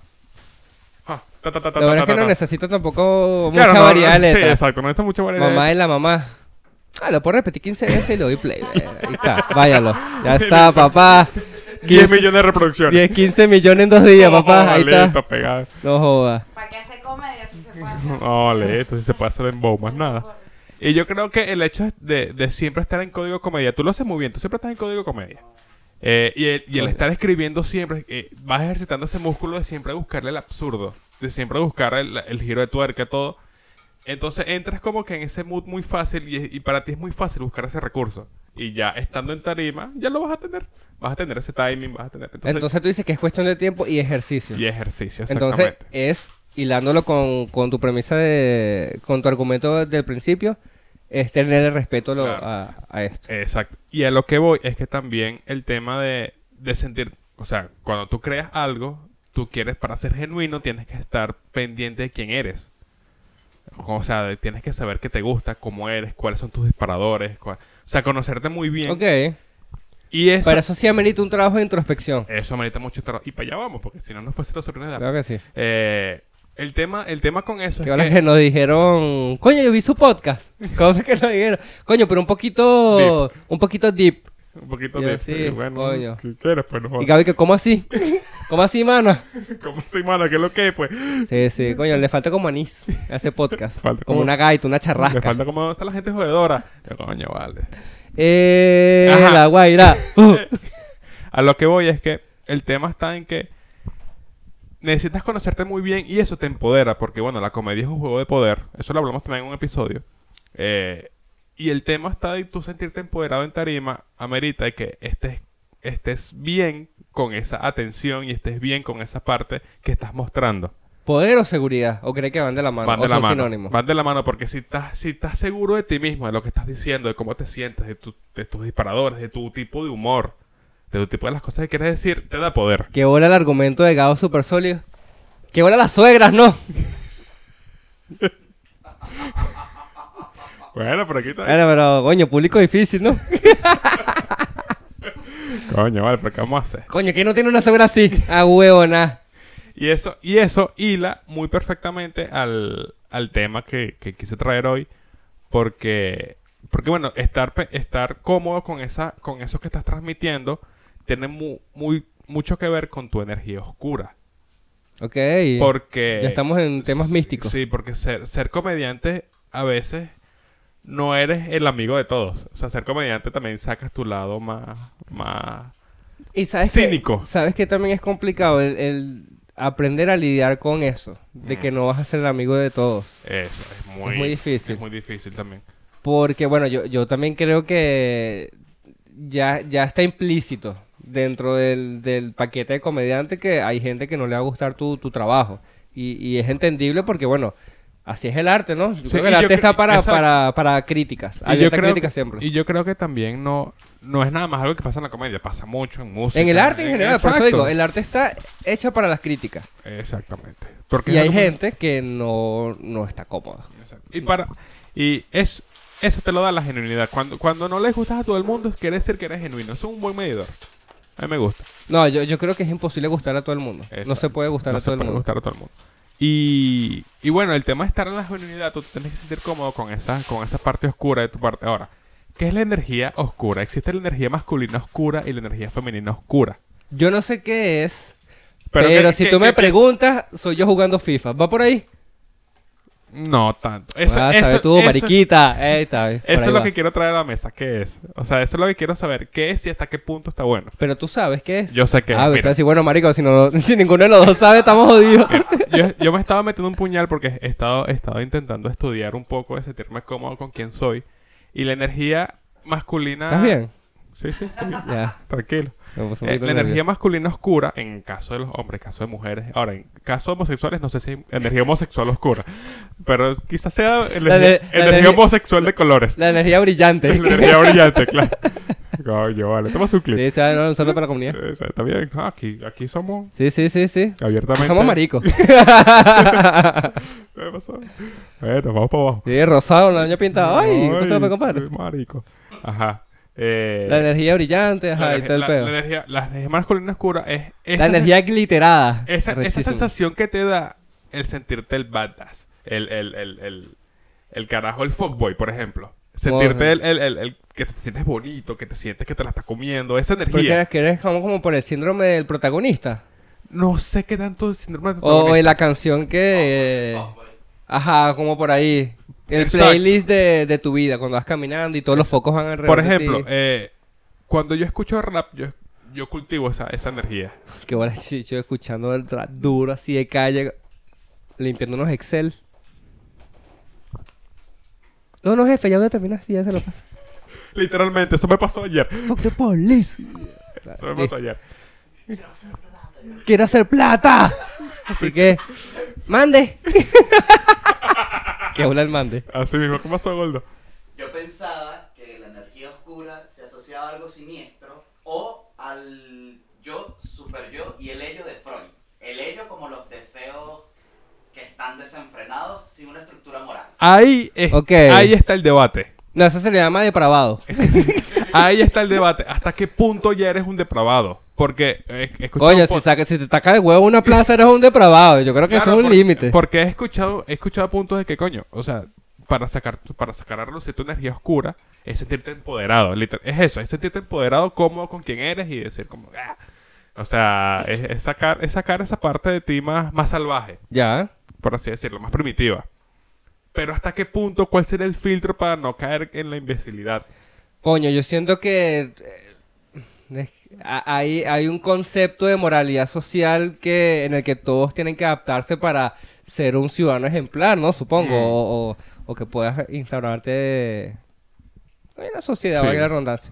[SPEAKER 1] Ah, ta, ta, ta, ta,
[SPEAKER 2] La verdad
[SPEAKER 1] ta,
[SPEAKER 2] es que
[SPEAKER 1] ta,
[SPEAKER 2] no
[SPEAKER 1] ta.
[SPEAKER 2] necesita tampoco
[SPEAKER 1] Claro,
[SPEAKER 2] mucha
[SPEAKER 1] no, no,
[SPEAKER 2] variedad de
[SPEAKER 1] Sí,
[SPEAKER 2] letras.
[SPEAKER 1] exacto, no necesita mucha variedad de
[SPEAKER 2] mamá de la mamá. Ah, lo puedo repetir 15 veces y lo doy play. Ahí está, váyalo. Ya está, papá.
[SPEAKER 1] 10 millones de reproducciones.
[SPEAKER 2] 10, 15 millones en dos días,
[SPEAKER 1] Oh,
[SPEAKER 2] papá. Ahí
[SPEAKER 1] vale,
[SPEAKER 2] está.
[SPEAKER 1] pegado.
[SPEAKER 2] No jodas.
[SPEAKER 3] ¿Para qué hacer comedia si se puede hacer?
[SPEAKER 1] No, vale, esto sí se puede hacer en bow, más
[SPEAKER 3] No se
[SPEAKER 1] nada.
[SPEAKER 3] ocurre.
[SPEAKER 1] Y yo creo que el hecho de, de siempre estar en código comedia, tú lo haces muy bien, tú siempre estás en código comedia. Eh, y, el, y el estar escribiendo siempre, eh, vas ejercitando ese músculo de siempre buscarle el absurdo, de siempre buscar el, el giro de tuerca, todo. Entonces entras como que en ese mood muy fácil y, y para ti es muy fácil buscar ese recurso. Y ya estando en tarima, ya lo vas a tener. Vas a tener ese timing, vas a tener. Entonces,
[SPEAKER 2] Entonces tú dices que es cuestión de tiempo y ejercicio.
[SPEAKER 1] y ejercicio, exactamente.
[SPEAKER 2] Entonces es, hilándolo con, con tu premisa de... con tu argumento del principio, es tener el respeto a lo-
[SPEAKER 1] Claro.
[SPEAKER 2] a, a esto.
[SPEAKER 1] Exacto. Y a lo que voy es que también el tema de, de sentir, o sea, cuando tú creas algo, tú quieres, para ser genuino, tienes que estar pendiente de quién eres. O sea, de- tienes que saber qué te gusta, cómo eres, cuáles son tus disparadores, cua- o sea, conocerte muy bien.
[SPEAKER 2] Ok.
[SPEAKER 1] Y eso,
[SPEAKER 2] Pero eso sí amerita un trabajo de introspección.
[SPEAKER 1] eso amerita mucho trabajo. Y para allá vamos, porque si no, no fuese los sobrinos de la...
[SPEAKER 2] Claro que sí.
[SPEAKER 1] Eh, el, tema, el tema con eso
[SPEAKER 2] Que
[SPEAKER 1] es
[SPEAKER 2] ahora que nos dijeron, coño, yo vi su podcast. ¿Cómo es que nos dijeron? Coño, pero un poquito, un poquito deep.
[SPEAKER 1] un poquito
[SPEAKER 2] Yo
[SPEAKER 1] de...
[SPEAKER 2] sí,
[SPEAKER 1] eh, bueno,
[SPEAKER 2] coño.
[SPEAKER 1] ¿qué quieres? Pues no
[SPEAKER 2] Y
[SPEAKER 1] jodas.
[SPEAKER 2] Gaby, que ¿cómo así? ¿Cómo así, mano?
[SPEAKER 1] ¿Cómo se mala? ¿Qué es lo que es? Pues
[SPEAKER 2] Sí, sí, coño, le falta como anís a ese podcast.
[SPEAKER 1] Falta
[SPEAKER 2] como
[SPEAKER 1] como-
[SPEAKER 2] una gaita, una charrasca.
[SPEAKER 1] Le falta como dónde está la gente jodedora. Yo, coño, vale.
[SPEAKER 2] Eh,
[SPEAKER 1] Ajá.
[SPEAKER 2] la guaira. Uh.
[SPEAKER 1] A lo que voy es que el tema está en que necesitas conocerte muy bien y eso te empodera. Porque, bueno, la comedia es un juego de poder. Eso lo hablamos también en un episodio. Eh, y el tema está de tú sentirte empoderado en tarima. Amerita de que estés, estés bien con esa atención y estés bien con esa parte que estás mostrando.
[SPEAKER 2] ¿Poder o seguridad? ¿O cree que van de la mano?
[SPEAKER 1] Van
[SPEAKER 2] ¿O
[SPEAKER 1] de la
[SPEAKER 2] son
[SPEAKER 1] mano.
[SPEAKER 2] sinónimos?
[SPEAKER 1] Van de la mano porque si estás, si estás seguro de ti mismo, de lo que estás diciendo, de cómo te sientes, de, tu- de tus disparadores, de tu tipo de humor, de tu tipo de las cosas que quieres decir, te da poder.
[SPEAKER 2] Que bola el argumento de Gabo super sólido. Que bola las suegras, no.
[SPEAKER 1] Bueno, pero aquí está.
[SPEAKER 2] Bueno, pero, coño, público difícil, ¿no?
[SPEAKER 1] Coño, vale, pero ¿qué vamos a hacer?
[SPEAKER 2] Coño, que no tiene una suegra así? Ah, huevona.
[SPEAKER 1] Y eso, y eso hila muy perfectamente al, al tema que, que quise traer hoy. Porque, porque bueno, estar, pe- estar cómodo con, esa, con eso que estás transmitiendo tiene mu- muy, mucho que ver con tu energía oscura.
[SPEAKER 2] Ok.
[SPEAKER 1] Porque.
[SPEAKER 2] Ya estamos en temas
[SPEAKER 1] Sí,
[SPEAKER 2] místicos.
[SPEAKER 1] Sí, porque ser, ser comediante a veces no eres el amigo de todos. O sea, ser comediante también sacas tu lado más. más...
[SPEAKER 2] Y sabes que-
[SPEAKER 1] Cínico.
[SPEAKER 2] sabes que también es complicado el, el aprender a lidiar con eso, de que no vas a ser el amigo de todos.
[SPEAKER 1] Eso, es muy,
[SPEAKER 2] Es muy difícil.
[SPEAKER 1] Es muy difícil también.
[SPEAKER 2] Porque, bueno, yo, yo también creo que ya, ya está implícito dentro del, del paquete de comediante que hay gente que no le va a gustar tu, tu trabajo. Y, y es entendible porque, bueno, así es el arte, ¿no?
[SPEAKER 1] Sí,
[SPEAKER 2] Yo creo
[SPEAKER 1] y
[SPEAKER 2] que el
[SPEAKER 1] yo
[SPEAKER 2] arte está
[SPEAKER 1] cre-
[SPEAKER 2] para,
[SPEAKER 1] exacto.
[SPEAKER 2] para, para críticas,
[SPEAKER 1] Y yo,
[SPEAKER 2] abierta a
[SPEAKER 1] creo que,
[SPEAKER 2] críticas siempre.
[SPEAKER 1] y yo creo que también no, no es nada más algo que pasa en la comedia, pasa mucho en música.
[SPEAKER 2] En el arte en general, por eso
[SPEAKER 1] exacto.
[SPEAKER 2] digo, el arte está hecha para las críticas.
[SPEAKER 1] Exactamente. Porque
[SPEAKER 2] Y
[SPEAKER 1] es
[SPEAKER 2] hay
[SPEAKER 1] algo muy-
[SPEAKER 2] gente que no, no está cómoda.
[SPEAKER 1] Exacto. Y para y es eso te lo da la genuinidad. Cuando cuando no les gustas a todo el mundo, quiere decir que eres genuino. Eso es un buen medidor. A mí me gusta.
[SPEAKER 2] No, yo, yo creo que es imposible gustar a todo el mundo. No se
[SPEAKER 1] Exacto.
[SPEAKER 2] puede gustar
[SPEAKER 1] No
[SPEAKER 2] a
[SPEAKER 1] se
[SPEAKER 2] todo el
[SPEAKER 1] puede
[SPEAKER 2] mundo.
[SPEAKER 1] gustar a todo el mundo. Y, y bueno, el tema de estar en la genuinidad, tú te tienes que sentir cómodo con esa con esa parte oscura de tu parte. Ahora, ¿qué es la energía oscura? Existe la energía masculina oscura y la energía femenina oscura.
[SPEAKER 2] Yo no sé qué es,
[SPEAKER 1] Pero
[SPEAKER 2] pero,
[SPEAKER 1] que-
[SPEAKER 2] si
[SPEAKER 1] que-
[SPEAKER 2] tú me
[SPEAKER 1] que- que-
[SPEAKER 2] preguntas, soy yo jugando FIFA. ¿Va por ahí?
[SPEAKER 1] No tanto. Eso,
[SPEAKER 2] Ah,
[SPEAKER 1] eso-
[SPEAKER 2] ¿sabes tú,
[SPEAKER 1] eso-
[SPEAKER 2] mariquita. Eh, está bien, por
[SPEAKER 1] Eso
[SPEAKER 2] ahí
[SPEAKER 1] es lo
[SPEAKER 2] va.
[SPEAKER 1] que quiero traer a la mesa. ¿Qué es? O sea, eso es lo que quiero saber. ¿Qué es y hasta qué punto está bueno?
[SPEAKER 2] Pero tú sabes qué es.
[SPEAKER 1] Yo sé qué es,
[SPEAKER 2] Ah,
[SPEAKER 1] mira.
[SPEAKER 2] está así, bueno, marico, si, no, si ninguno de los dos sabe, estamos jodidos.
[SPEAKER 1] Yo, yo me estaba metiendo un puñal porque he estado, he estado intentando estudiar un poco, de sentirme cómodo con quien soy. Y la energía masculina...
[SPEAKER 2] ¿Estás bien?
[SPEAKER 1] Sí, sí, estoy bien.
[SPEAKER 2] Ya.
[SPEAKER 1] Tranquilo.
[SPEAKER 2] me puse un
[SPEAKER 1] Eh,
[SPEAKER 2] poquito
[SPEAKER 1] la energía
[SPEAKER 2] nervioso.
[SPEAKER 1] masculina oscura, en caso de los hombres, caso de mujeres. Ahora, en caso de homosexuales, no sé si hay energía homosexual oscura. Pero quizás sea energía,
[SPEAKER 2] ener- la
[SPEAKER 1] energía
[SPEAKER 2] energía-
[SPEAKER 1] homosexual de colores.
[SPEAKER 2] La energía brillante.
[SPEAKER 1] La energía brillante, claro. Coño, vale. Toma su clip.
[SPEAKER 2] sí, se va a usarlo para la comunidad.
[SPEAKER 1] Eh, Está bien. Ah, aquí, aquí somos
[SPEAKER 2] Sí, sí, sí, sí.
[SPEAKER 1] abiertamente.
[SPEAKER 2] Somos maricos.
[SPEAKER 1] ¿Qué pasó? Bueno, vamos para abajo.
[SPEAKER 2] sí, rosado, la niña pintada. Ay, ¿cómo se lo puede
[SPEAKER 1] sí,
[SPEAKER 2] compadre?
[SPEAKER 1] Marico. Ajá. Eh,
[SPEAKER 2] La energía brillante, ajá, y
[SPEAKER 1] ener-
[SPEAKER 2] todo el
[SPEAKER 1] la-
[SPEAKER 2] pedo.
[SPEAKER 1] la
[SPEAKER 2] La,
[SPEAKER 1] energía, la energía masculina oscura es... esa-
[SPEAKER 2] energía glitterada.
[SPEAKER 1] Esa, esa
[SPEAKER 2] Arrechísimo.
[SPEAKER 1] sensación que te da el sentirte el badass. El, el, el, el, el carajo, el fuckboy, por ejemplo. Sentirte
[SPEAKER 2] Ojo.
[SPEAKER 1] el, el, el, el que te sientes bonito, que te sientes que te la estás comiendo. Esa
[SPEAKER 2] Porque
[SPEAKER 1] energía.
[SPEAKER 2] eres, que eres como, como por el síndrome del protagonista.
[SPEAKER 1] No sé qué tanto síndrome de
[SPEAKER 2] O de
[SPEAKER 1] protagonista. Ah,
[SPEAKER 2] la canción que. ah, Ajá, como por ahí. El
[SPEAKER 1] Exacto.
[SPEAKER 2] playlist de, de tu vida, cuando vas caminando y todos los focos van alrededor.
[SPEAKER 1] Por
[SPEAKER 2] de
[SPEAKER 1] ejemplo,
[SPEAKER 2] ti.
[SPEAKER 1] eh, cuando yo escucho rap, yo, yo cultivo esa, esa energía.
[SPEAKER 2] Qué bola chicho, escuchando el rap duro así de calle, limpiando unos Excel. No, no, jefe, ya voy a terminar así, ya se lo pasa.
[SPEAKER 1] Literalmente, eso me pasó ayer.
[SPEAKER 2] Fuck the police.
[SPEAKER 1] Eso
[SPEAKER 2] Ah,
[SPEAKER 1] me
[SPEAKER 2] eh.
[SPEAKER 1] pasó ayer.
[SPEAKER 2] Quiero hacer plata. Así que, mande. que habla el mande.
[SPEAKER 1] Así mismo, ¿qué pasó, Goldo?
[SPEAKER 5] Yo pensaba que la energía oscura se asociaba a algo siniestro o al yo, super yo y el ello de Freud. El ello como los deseos que están desenfrenados sin una estructura moral.
[SPEAKER 1] Ahí, es-
[SPEAKER 2] Ok.
[SPEAKER 1] ahí está el debate.
[SPEAKER 2] No, eso se le llama depravado.
[SPEAKER 1] Ahí está el debate. ¿Hasta qué punto ya eres un depravado? Porque eh, he escuchado
[SPEAKER 2] Coño,
[SPEAKER 1] un
[SPEAKER 2] si,
[SPEAKER 1] po-
[SPEAKER 2] saca, si te taca de huevo una plaza, eres un depravado. Yo creo que
[SPEAKER 1] Claro,
[SPEAKER 2] eso es un
[SPEAKER 1] por-
[SPEAKER 2] límite.
[SPEAKER 1] Porque he escuchado, he escuchado puntos de que coño, o sea, para sacar, para sacar a relucir tu energía oscura es sentirte empoderado. liter- Es eso, es sentirte empoderado, cómodo con quien eres y decir como, "Ah". o sea, es, es sacar, es sacar esa parte de ti más, más salvaje,
[SPEAKER 2] Ya.
[SPEAKER 1] por así decirlo, más primitiva. Pero hasta qué punto, ¿cuál será el filtro para no caer en la imbecilidad?
[SPEAKER 2] Coño, yo siento que eh, es- a- hay, hay un concepto de moralidad social que en el que todos tienen que adaptarse para ser un ciudadano ejemplar, ¿no? Supongo.
[SPEAKER 1] Mm.
[SPEAKER 2] O, o- o que puedas instaurarte en la sociedad,
[SPEAKER 1] Sí.
[SPEAKER 2] valga la redundancia.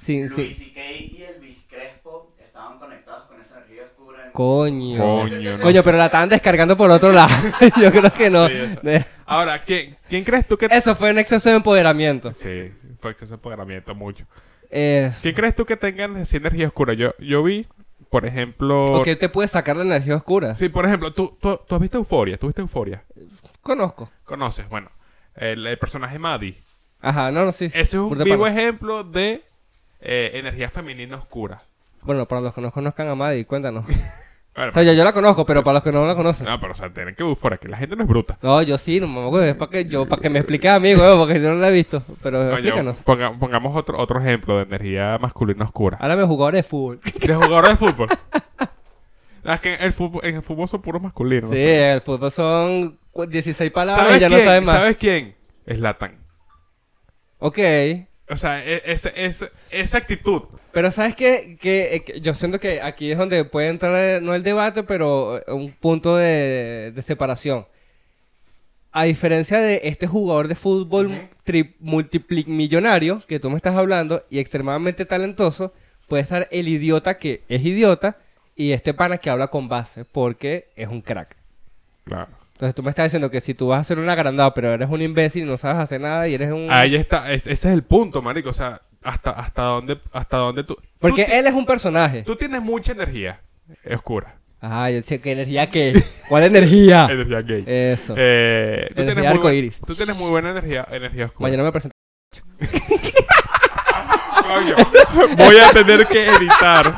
[SPEAKER 2] Sin, sin-
[SPEAKER 5] Luis y y Elvis Crespo estaban conectados con esa energía oscura. en-
[SPEAKER 2] Coño. Coño,
[SPEAKER 1] Coño, no sé.
[SPEAKER 2] pero la estaban descargando por otro lado. yo creo que no.
[SPEAKER 1] Sí, eso. Ahora, ¿quién, quién crees tú que
[SPEAKER 2] Eso fue un exceso de empoderamiento.
[SPEAKER 1] Sí, fue exceso de empoderamiento mucho.
[SPEAKER 2] Eh,
[SPEAKER 1] ¿Quién crees tú que tengan así energía oscura? Yo, yo vi, por ejemplo...
[SPEAKER 2] o que te puede sacar de la energía oscura.
[SPEAKER 1] Sí, por ejemplo, tú, tú, tú has visto Euforia, ¿tú viste Euforia?
[SPEAKER 2] Conozco.
[SPEAKER 1] Conoces, bueno, el, el personaje Maddie.
[SPEAKER 2] Ajá, no, no, sí.
[SPEAKER 1] Ese es un
[SPEAKER 2] Burda
[SPEAKER 1] vivo
[SPEAKER 2] pana.
[SPEAKER 1] ejemplo de eh, energía femenina oscura.
[SPEAKER 2] Bueno, para los que no conozcan a Maddie, cuéntanos.
[SPEAKER 1] Bueno,
[SPEAKER 2] o sea, yo, yo la conozco, pero para los que no la conocen.
[SPEAKER 1] no, pero o sea, tienen que Euforia, que la gente no es bruta.
[SPEAKER 2] No, yo sí, no me acuerdo, es para que, yo, para que me expliques a mí, huevo, porque yo no la he visto. Pero
[SPEAKER 1] Coño,
[SPEAKER 2] explícanos.
[SPEAKER 1] ponga- pongamos otro, otro ejemplo de energía masculina oscura.
[SPEAKER 2] Háblame de jugadores de fútbol. sí,
[SPEAKER 1] De jugadores de fútbol. No, es que en el fútbol, en el fútbol son puros masculinos. no sé.
[SPEAKER 2] el fútbol son cu- 16 palabras
[SPEAKER 1] ¿Sabes
[SPEAKER 2] y ya
[SPEAKER 1] quién?
[SPEAKER 2] no sabes más.
[SPEAKER 1] ¿Sabes quién? Es Latan.
[SPEAKER 2] Ok.
[SPEAKER 1] O sea, e- ese- ese- esa actitud.
[SPEAKER 2] Pero ¿sabes qué? Que, eh, que yo siento que aquí es donde puede entrar, eh, no el debate, pero eh, un punto de, de separación. A diferencia de este jugador de fútbol tri- multiplimillonario que tú me estás hablando y extremadamente talentoso, puede estar el idiota que es idiota y este pana que habla con base porque es un crack.
[SPEAKER 1] Claro.
[SPEAKER 2] Entonces tú me estás diciendo que si tú vas a hacer una agrandada pero eres un imbécil y no sabes hacer nada y eres un...
[SPEAKER 1] Mm. Ahí está, es- ese es el punto, marico. O sea, hasta, hasta dónde, hasta dónde tú.
[SPEAKER 2] Porque
[SPEAKER 1] tú, ti-
[SPEAKER 2] él es un personaje.
[SPEAKER 1] tú tienes mucha energía oscura.
[SPEAKER 2] Ah, yo sé qué energía qué. ¿Cuál energía?
[SPEAKER 1] Energía gay.
[SPEAKER 2] Ah, Eso.
[SPEAKER 1] Eh, tú,
[SPEAKER 2] Energía
[SPEAKER 1] tienes muy buen-
[SPEAKER 2] arcoíris.
[SPEAKER 1] tú tienes muy buena energía, energía oscura.
[SPEAKER 2] Mañana me presento.
[SPEAKER 1] Coño, voy a tener que editar.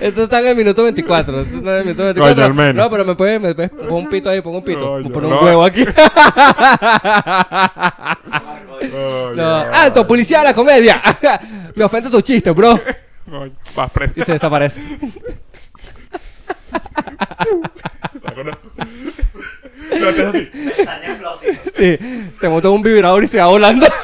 [SPEAKER 2] Esto está en el minuto 24. Esto está en el minuto 24.
[SPEAKER 1] Coño, al menos.
[SPEAKER 2] No, pero me puede, me puede- pongo un pito ahí, pongo un pito.
[SPEAKER 1] Coño,
[SPEAKER 2] pongo un
[SPEAKER 1] no.
[SPEAKER 2] huevo aquí.
[SPEAKER 1] Coño,
[SPEAKER 2] No. Alto, policía de la comedia. me ofende tu chiste, bro.
[SPEAKER 1] coño. Vas preso.
[SPEAKER 2] Y se desaparece.
[SPEAKER 1] Saco una- lo haces así.
[SPEAKER 4] Pestaña explosiva.
[SPEAKER 2] Sí, se montó un vibrador y se va volando.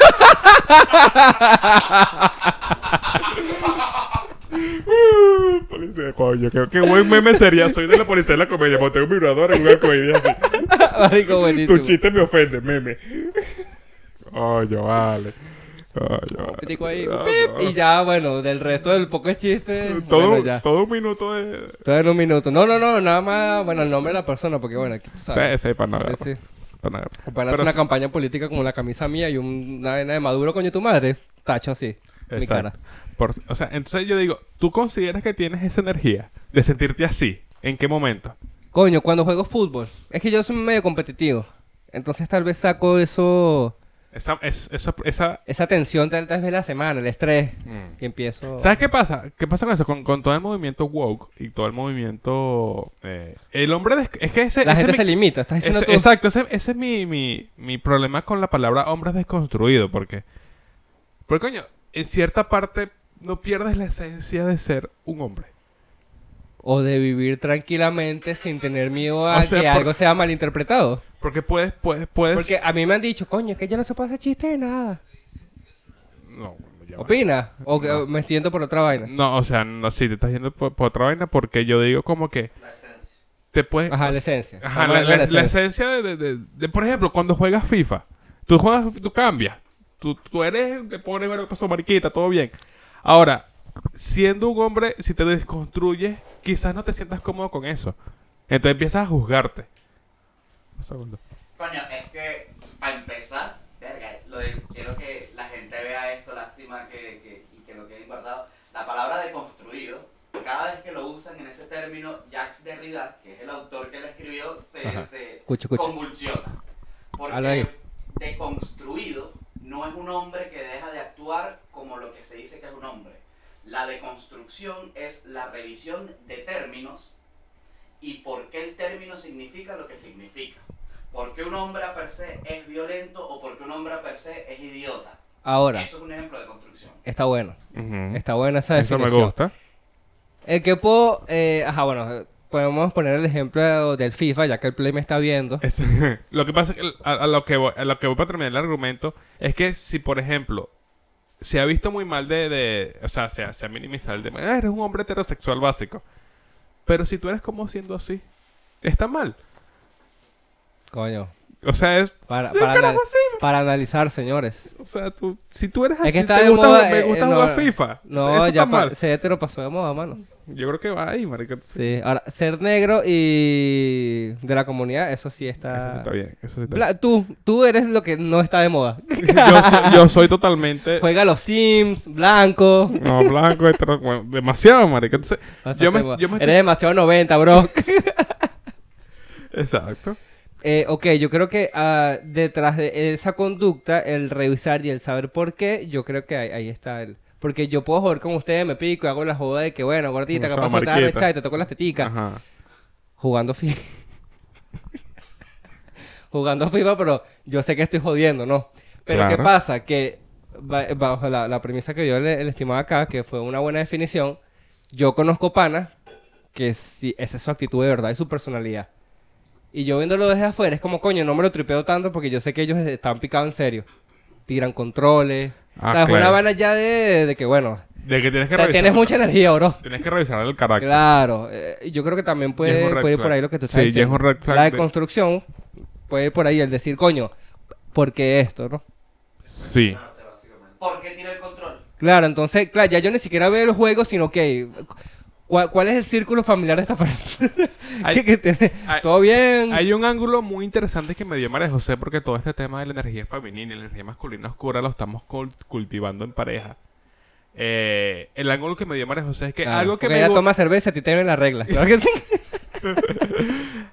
[SPEAKER 1] Uh, Policía de coño, qué, qué buen meme sería. Soy de la policía de la comedia, monté un vibrador en una comedia así.
[SPEAKER 2] Marico,
[SPEAKER 1] Tu
[SPEAKER 2] buenísimo.
[SPEAKER 1] chiste me ofende, meme. Coño, vale. Coño,
[SPEAKER 2] Un
[SPEAKER 1] vale.
[SPEAKER 2] Pitico ahí,
[SPEAKER 1] Ah,
[SPEAKER 2] pip,
[SPEAKER 1] no.
[SPEAKER 2] y ya, bueno, del resto del poco chiste,
[SPEAKER 1] Todo,
[SPEAKER 2] bueno, ya.
[SPEAKER 1] todo un minuto de.
[SPEAKER 2] Todo en un minuto. No, no, no, nada más, bueno, el nombre de la persona, porque bueno, aquí tú
[SPEAKER 1] Sí,
[SPEAKER 2] sabes.
[SPEAKER 1] sí, para nada.
[SPEAKER 2] Sí, sí.
[SPEAKER 1] Para nada.
[SPEAKER 2] Para hacer
[SPEAKER 1] Pero
[SPEAKER 2] una
[SPEAKER 1] sí-
[SPEAKER 2] campaña política como la camisa mía y un- una vaina de Maduro, coño, tu madre, tacho así, mi
[SPEAKER 1] Exacto.
[SPEAKER 2] cara.
[SPEAKER 1] Por- o sea, entonces yo digo, ¿tú consideras que tienes esa energía de sentirte así? ¿En qué momento?
[SPEAKER 2] Coño, cuando juego fútbol, es que yo soy medio competitivo. Entonces tal vez saco eso,
[SPEAKER 1] Esa, es- esa, esa-
[SPEAKER 2] esa tensión tal, tal vez de la semana, el estrés,
[SPEAKER 1] Mm.
[SPEAKER 2] y empiezo...
[SPEAKER 1] ¿Sabes qué pasa? ¿Qué pasa con eso? Con, con todo el movimiento woke y todo el movimiento... eh, el hombre... des- Es que ese...
[SPEAKER 2] La
[SPEAKER 1] ese
[SPEAKER 2] gente
[SPEAKER 1] mi-
[SPEAKER 2] se limita, estás diciendo
[SPEAKER 1] ese-
[SPEAKER 2] tú.
[SPEAKER 1] Exacto. Ese, ese es mi, mi, mi problema con la palabra hombre desconstruido. Porque... Porque, coño, en cierta parte no pierdes la esencia de ser un hombre.
[SPEAKER 2] O de vivir tranquilamente sin tener miedo a
[SPEAKER 1] O sea,
[SPEAKER 2] que
[SPEAKER 1] por-
[SPEAKER 2] algo sea malinterpretado.
[SPEAKER 1] Porque puedes... puedes, puedes...
[SPEAKER 2] Porque a mí me han dicho, coño, es que ya no se puede hacer chiste de nada.
[SPEAKER 1] No, ya va.
[SPEAKER 2] ¿Opinas? ¿O que-
[SPEAKER 1] No.
[SPEAKER 2] me siento por otra vaina?
[SPEAKER 1] No, o sea, no, sí, te estás yendo por, por otra vaina porque yo digo como que
[SPEAKER 4] La esencia.
[SPEAKER 1] te puedes...
[SPEAKER 2] Ajá,
[SPEAKER 1] o
[SPEAKER 2] la
[SPEAKER 1] sea,
[SPEAKER 2] esencia.
[SPEAKER 1] Ajá,
[SPEAKER 2] Estamos
[SPEAKER 1] la,
[SPEAKER 2] hablando de
[SPEAKER 1] la- la
[SPEAKER 2] la esencia.
[SPEAKER 1] esencia de, de- de- de- por ejemplo, cuando juegas FIFA, tú juegas, tú cambias, tú, tú eres, te pones, bueno, pasó mariquita, todo bien. Ahora, siendo un hombre, si te desconstruyes, quizás no te sientas cómodo con eso. Entonces empiezas a juzgarte. Un segundo.
[SPEAKER 5] Coño, es que para empezar, verga, lo de- quiero que la gente vea esto, lástima que, que, y que lo quede guardado. La palabra deconstruido, cada vez que lo usan en ese término, Jacques Derrida, que es el autor que la escribió,
[SPEAKER 1] Ajá.
[SPEAKER 5] se, se
[SPEAKER 2] Escucha, escucha.
[SPEAKER 5] convulsiona.
[SPEAKER 2] Habla
[SPEAKER 5] Porque
[SPEAKER 2] ahí.
[SPEAKER 5] deconstruido no es un hombre que deja de actuar como lo que se dice que es un hombre. La deconstrucción es la revisión de términos y por qué el término significa lo que significa. ¿Por qué un hombre a per se es violento o por qué un hombre a per se es idiota?
[SPEAKER 2] Ahora,
[SPEAKER 5] Eso es un ejemplo de construcción.
[SPEAKER 2] está bueno.
[SPEAKER 1] Ujú.
[SPEAKER 2] Está buena esa
[SPEAKER 1] Eso
[SPEAKER 2] definición.
[SPEAKER 1] me gusta.
[SPEAKER 2] El que puedo... eh, ajá, bueno, eh, podemos poner el ejemplo del FIFA, ya que el Play me está viendo.
[SPEAKER 1] Es- Este, lo que pasa es que a, a lo que voy, a lo que voy para terminar el argumento es que si por ejemplo se ha visto muy mal de, de- o sea se, ha- se ha minimizado el tema "Ah, eres un hombre heterosexual básico pero si tú eres como siendo así está mal
[SPEAKER 2] Coño.
[SPEAKER 1] o sea es
[SPEAKER 2] Para,
[SPEAKER 1] sí,
[SPEAKER 2] para,
[SPEAKER 1] carajo,
[SPEAKER 2] anal-
[SPEAKER 1] sí.
[SPEAKER 2] para analizar, señores.
[SPEAKER 1] o sea tú si tú eres así
[SPEAKER 2] Es que está
[SPEAKER 1] te
[SPEAKER 2] de
[SPEAKER 1] gusta,
[SPEAKER 2] moda...
[SPEAKER 1] me
[SPEAKER 2] eh,
[SPEAKER 1] gusta
[SPEAKER 2] eh,
[SPEAKER 1] jugar
[SPEAKER 2] no,
[SPEAKER 1] FIFA
[SPEAKER 2] No,
[SPEAKER 1] Eso
[SPEAKER 2] ya
[SPEAKER 1] está mal.
[SPEAKER 2] pa- se te lo pasó de moda, mano.
[SPEAKER 1] yo creo que va ahí marica
[SPEAKER 2] Sí, ahora, ser negro y de la comunidad, eso sí está...
[SPEAKER 1] eso sí está bien eso sí está
[SPEAKER 2] ah. Bla- tú, tú eres lo que no está de moda.
[SPEAKER 1] bien. yo, soy, yo soy totalmente
[SPEAKER 2] Juega a los Sims, blanco.
[SPEAKER 1] no blanco hetero- bueno, demasiado marica Entonces,
[SPEAKER 2] Pásate,
[SPEAKER 1] yo me,
[SPEAKER 2] bo-
[SPEAKER 1] yo me
[SPEAKER 2] Eres demasiado 90, bro.
[SPEAKER 1] exacto
[SPEAKER 2] Eh, ok, yo creo que ah, detrás de esa conducta, el revisar y el saber por qué, yo creo que ahí, ahí está el... Porque yo puedo joder con ustedes, me pico, hago la joda de que, bueno, gordita,
[SPEAKER 1] Usa
[SPEAKER 2] capaz no te vas a
[SPEAKER 1] mariquita.
[SPEAKER 2] arrechar y te toco las teticas.
[SPEAKER 1] ajá
[SPEAKER 2] Jugando FIFA. Jugando FIFA, pero yo sé que estoy jodiendo, ¿no? Pero ¿qué
[SPEAKER 1] Claro.
[SPEAKER 2] pasa? Que ba- bajo la, la premisa que dio el, el estimado acá, que fue una buena definición, yo conozco panas que sí, esa es su actitud de verdad y su personalidad. Y yo viéndolo desde afuera, es como, coño, no me lo tripeo tanto porque yo sé que ellos están picados en serio. Tiran controles.
[SPEAKER 1] Ah,
[SPEAKER 2] o sea, es una
[SPEAKER 1] claro.
[SPEAKER 2] vaina ya de, de que, bueno,
[SPEAKER 1] De que tienes que
[SPEAKER 2] te-
[SPEAKER 1] revisar.
[SPEAKER 2] tienes mucha energía, bro.
[SPEAKER 1] Tienes que revisar el carácter.
[SPEAKER 2] Claro, eh, yo creo que también
[SPEAKER 1] Y es
[SPEAKER 2] puede,
[SPEAKER 1] un red
[SPEAKER 2] puede ir por
[SPEAKER 1] flag.
[SPEAKER 2] ahí lo que tú estás
[SPEAKER 1] Sí, y es
[SPEAKER 2] diciendo.
[SPEAKER 1] un red flag
[SPEAKER 2] la
[SPEAKER 1] de-
[SPEAKER 2] deconstrucción puede ir por ahí el decir, coño, ¿por qué esto, no?
[SPEAKER 1] Sí.
[SPEAKER 5] ¿Por qué tiene el control?
[SPEAKER 2] Claro, entonces, claro, ya yo ni siquiera veo el juego, sino que ¿cuál, cuál es el círculo familiar de esta persona?
[SPEAKER 1] Hay-
[SPEAKER 2] ¿Qué- qué tiene?
[SPEAKER 1] hay-
[SPEAKER 2] ¿Todo bien?
[SPEAKER 1] Hay un ángulo muy interesante que me dio María José porque todo este tema de la energía femenina y la energía masculina oscura lo estamos cul- cultivando en pareja. Eh, el ángulo que me dio María José es que
[SPEAKER 2] Claro,
[SPEAKER 1] algo que
[SPEAKER 2] porque
[SPEAKER 1] me
[SPEAKER 2] ella
[SPEAKER 1] gu-
[SPEAKER 2] toma cerveza, a ti te vienen las reglas. Claro que sí.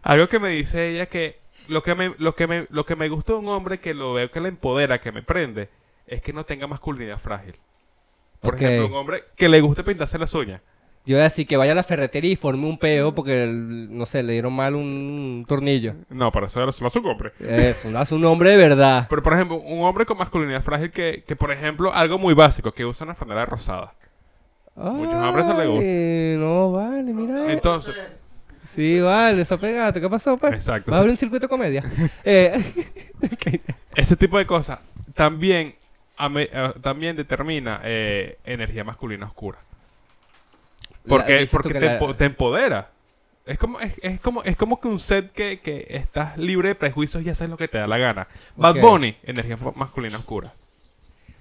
[SPEAKER 1] algo que me dice ella que lo que me lo que me lo que me gusta de un hombre que lo veo que le empodera, que me prende, es que no tenga masculinidad frágil. Por
[SPEAKER 2] Ok.
[SPEAKER 1] ejemplo, un hombre que le guste pintarse las uñas.
[SPEAKER 2] Yo voy a decir que vaya a la ferretería y forme un peo porque, el- no sé, le dieron mal un tornillo.
[SPEAKER 1] No, para eso no es un hombre.
[SPEAKER 2] Eso, hace un hombre de verdad.
[SPEAKER 1] Pero, por ejemplo, un hombre con masculinidad frágil que, que, por ejemplo, algo muy básico, que usa una franela rosada. Muchos hombres no Eh, les gusta.
[SPEAKER 2] Ay, No, vale, mira.
[SPEAKER 1] Entonces,
[SPEAKER 2] Sí, vale, desapegate. ¿Qué pasó, pues?
[SPEAKER 1] Exacto,
[SPEAKER 2] Va a abrir un circuito de comedia. Eh, ok.
[SPEAKER 1] Ese tipo de cosas también, ame- eh, también determina eh, energía masculina oscura.
[SPEAKER 2] La-
[SPEAKER 1] Porque,
[SPEAKER 2] dices tú
[SPEAKER 1] porque
[SPEAKER 2] que
[SPEAKER 1] te,
[SPEAKER 2] la-
[SPEAKER 1] empo- te empodera. Es como, es, es como, es como que un set que, que estás libre de prejuicios y haces lo que te da la gana.
[SPEAKER 2] Ok.
[SPEAKER 1] Bad Bunny, energía fa- masculina oscura.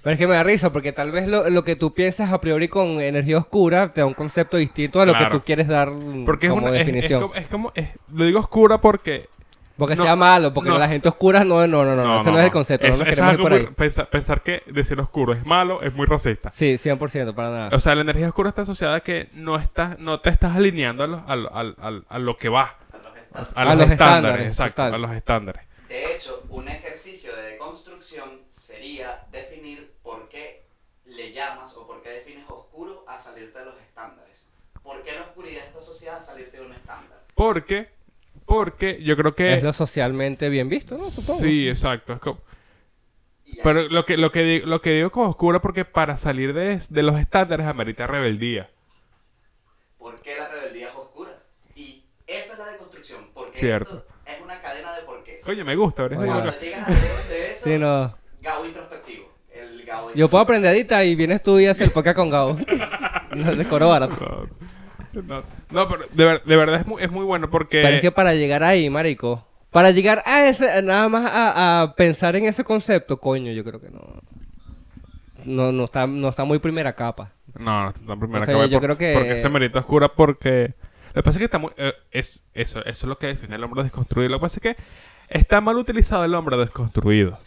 [SPEAKER 2] Pero es que me da risa, porque tal vez lo, lo que tú piensas a priori con energía oscura te da un concepto distinto a lo que
[SPEAKER 1] Claro.
[SPEAKER 2] tú quieres dar mm,
[SPEAKER 1] Porque es
[SPEAKER 2] como
[SPEAKER 1] una- es- es
[SPEAKER 2] definición.
[SPEAKER 1] como- es como- es- lo digo oscura porque
[SPEAKER 2] porque
[SPEAKER 1] no,
[SPEAKER 2] sea malo, porque
[SPEAKER 1] no.
[SPEAKER 2] la gente oscura no, no, no, no, no, ese no, es el concepto,
[SPEAKER 1] Eso-
[SPEAKER 2] no
[SPEAKER 1] eso
[SPEAKER 2] nos
[SPEAKER 1] es
[SPEAKER 2] queremos ir
[SPEAKER 1] algo
[SPEAKER 2] por
[SPEAKER 1] muy-
[SPEAKER 2] ahí.
[SPEAKER 1] pensa- pensar que decir oscuro es malo es muy racista.
[SPEAKER 2] Sí, 100%, para nada.
[SPEAKER 1] O sea, la energía oscura está asociada a que no estás, no te estás alineando a, los- a lo- al- al- a lo que va.
[SPEAKER 5] a los
[SPEAKER 1] A,
[SPEAKER 5] estándares.
[SPEAKER 2] A
[SPEAKER 1] los, estándares,
[SPEAKER 2] los estándares,
[SPEAKER 1] exacto.
[SPEAKER 2] total.
[SPEAKER 1] A los estándares.
[SPEAKER 5] De hecho, un ejercicio de deconstrucción sería definir por qué le llamas o por qué defines oscuro a salirte de los estándares. ¿Por qué la oscuridad está asociada a salirte de un estándar?
[SPEAKER 1] Porque, porque yo creo que.
[SPEAKER 2] es lo socialmente bien visto, ¿no? Supongo.
[SPEAKER 1] Sí, exacto. Es como-
[SPEAKER 5] Y ahí-
[SPEAKER 1] Pero lo que, lo que, di- lo que digo con oscura porque para salir de, es- de los estándares amerita rebeldía.
[SPEAKER 5] ¿Por qué la rebeldía es oscura? Y esa es la deconstrucción, porque
[SPEAKER 1] Cierto.
[SPEAKER 5] esto es una cadena de porqués.
[SPEAKER 1] Coño, me gusta. ¿verdad?
[SPEAKER 2] Oye,
[SPEAKER 5] Cuando
[SPEAKER 2] bueno.
[SPEAKER 5] llegas a lejos de eso,
[SPEAKER 2] Sí, no.
[SPEAKER 5] Gabo introspectivo. El Gabo
[SPEAKER 2] Yo puedo aprender edita y vienes tú y haces el podcast con Gabo. No, de coro barato.
[SPEAKER 1] No, no, no, pero de, ver- de verdad es muy, es muy bueno porque...
[SPEAKER 2] Pero es que para llegar ahí, marico, para llegar a ese, nada más a, a pensar en ese concepto, coño, yo creo que no. No, no está, no está muy primera capa.
[SPEAKER 1] No, no, la primera
[SPEAKER 2] O sea,
[SPEAKER 1] que voy
[SPEAKER 2] yo
[SPEAKER 1] por-
[SPEAKER 2] creo que-
[SPEAKER 1] Porque se merita oscura porque... Lo que pasa es que está muy... eh, es, eso, eso es lo que define el hombre desconstruido. Lo que pasa es que está mal utilizado el hombre desconstruido.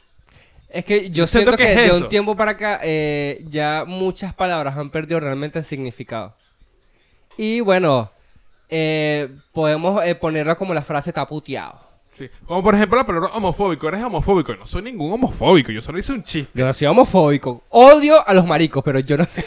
[SPEAKER 2] Es que yo siento,
[SPEAKER 1] siento
[SPEAKER 2] que,
[SPEAKER 1] que es
[SPEAKER 2] de un
[SPEAKER 1] eso.
[SPEAKER 2] tiempo para acá eh, ya muchas palabras han perdido realmente el significado. Y bueno, eh, podemos eh, ponerla como la frase está puteado.
[SPEAKER 1] Sí. Como por ejemplo la palabra homofóbico. Eres homofóbico. No soy ningún homofóbico. Yo solo hice un chiste.
[SPEAKER 2] Yo no soy homofóbico. Odio a los maricos, pero yo no sé.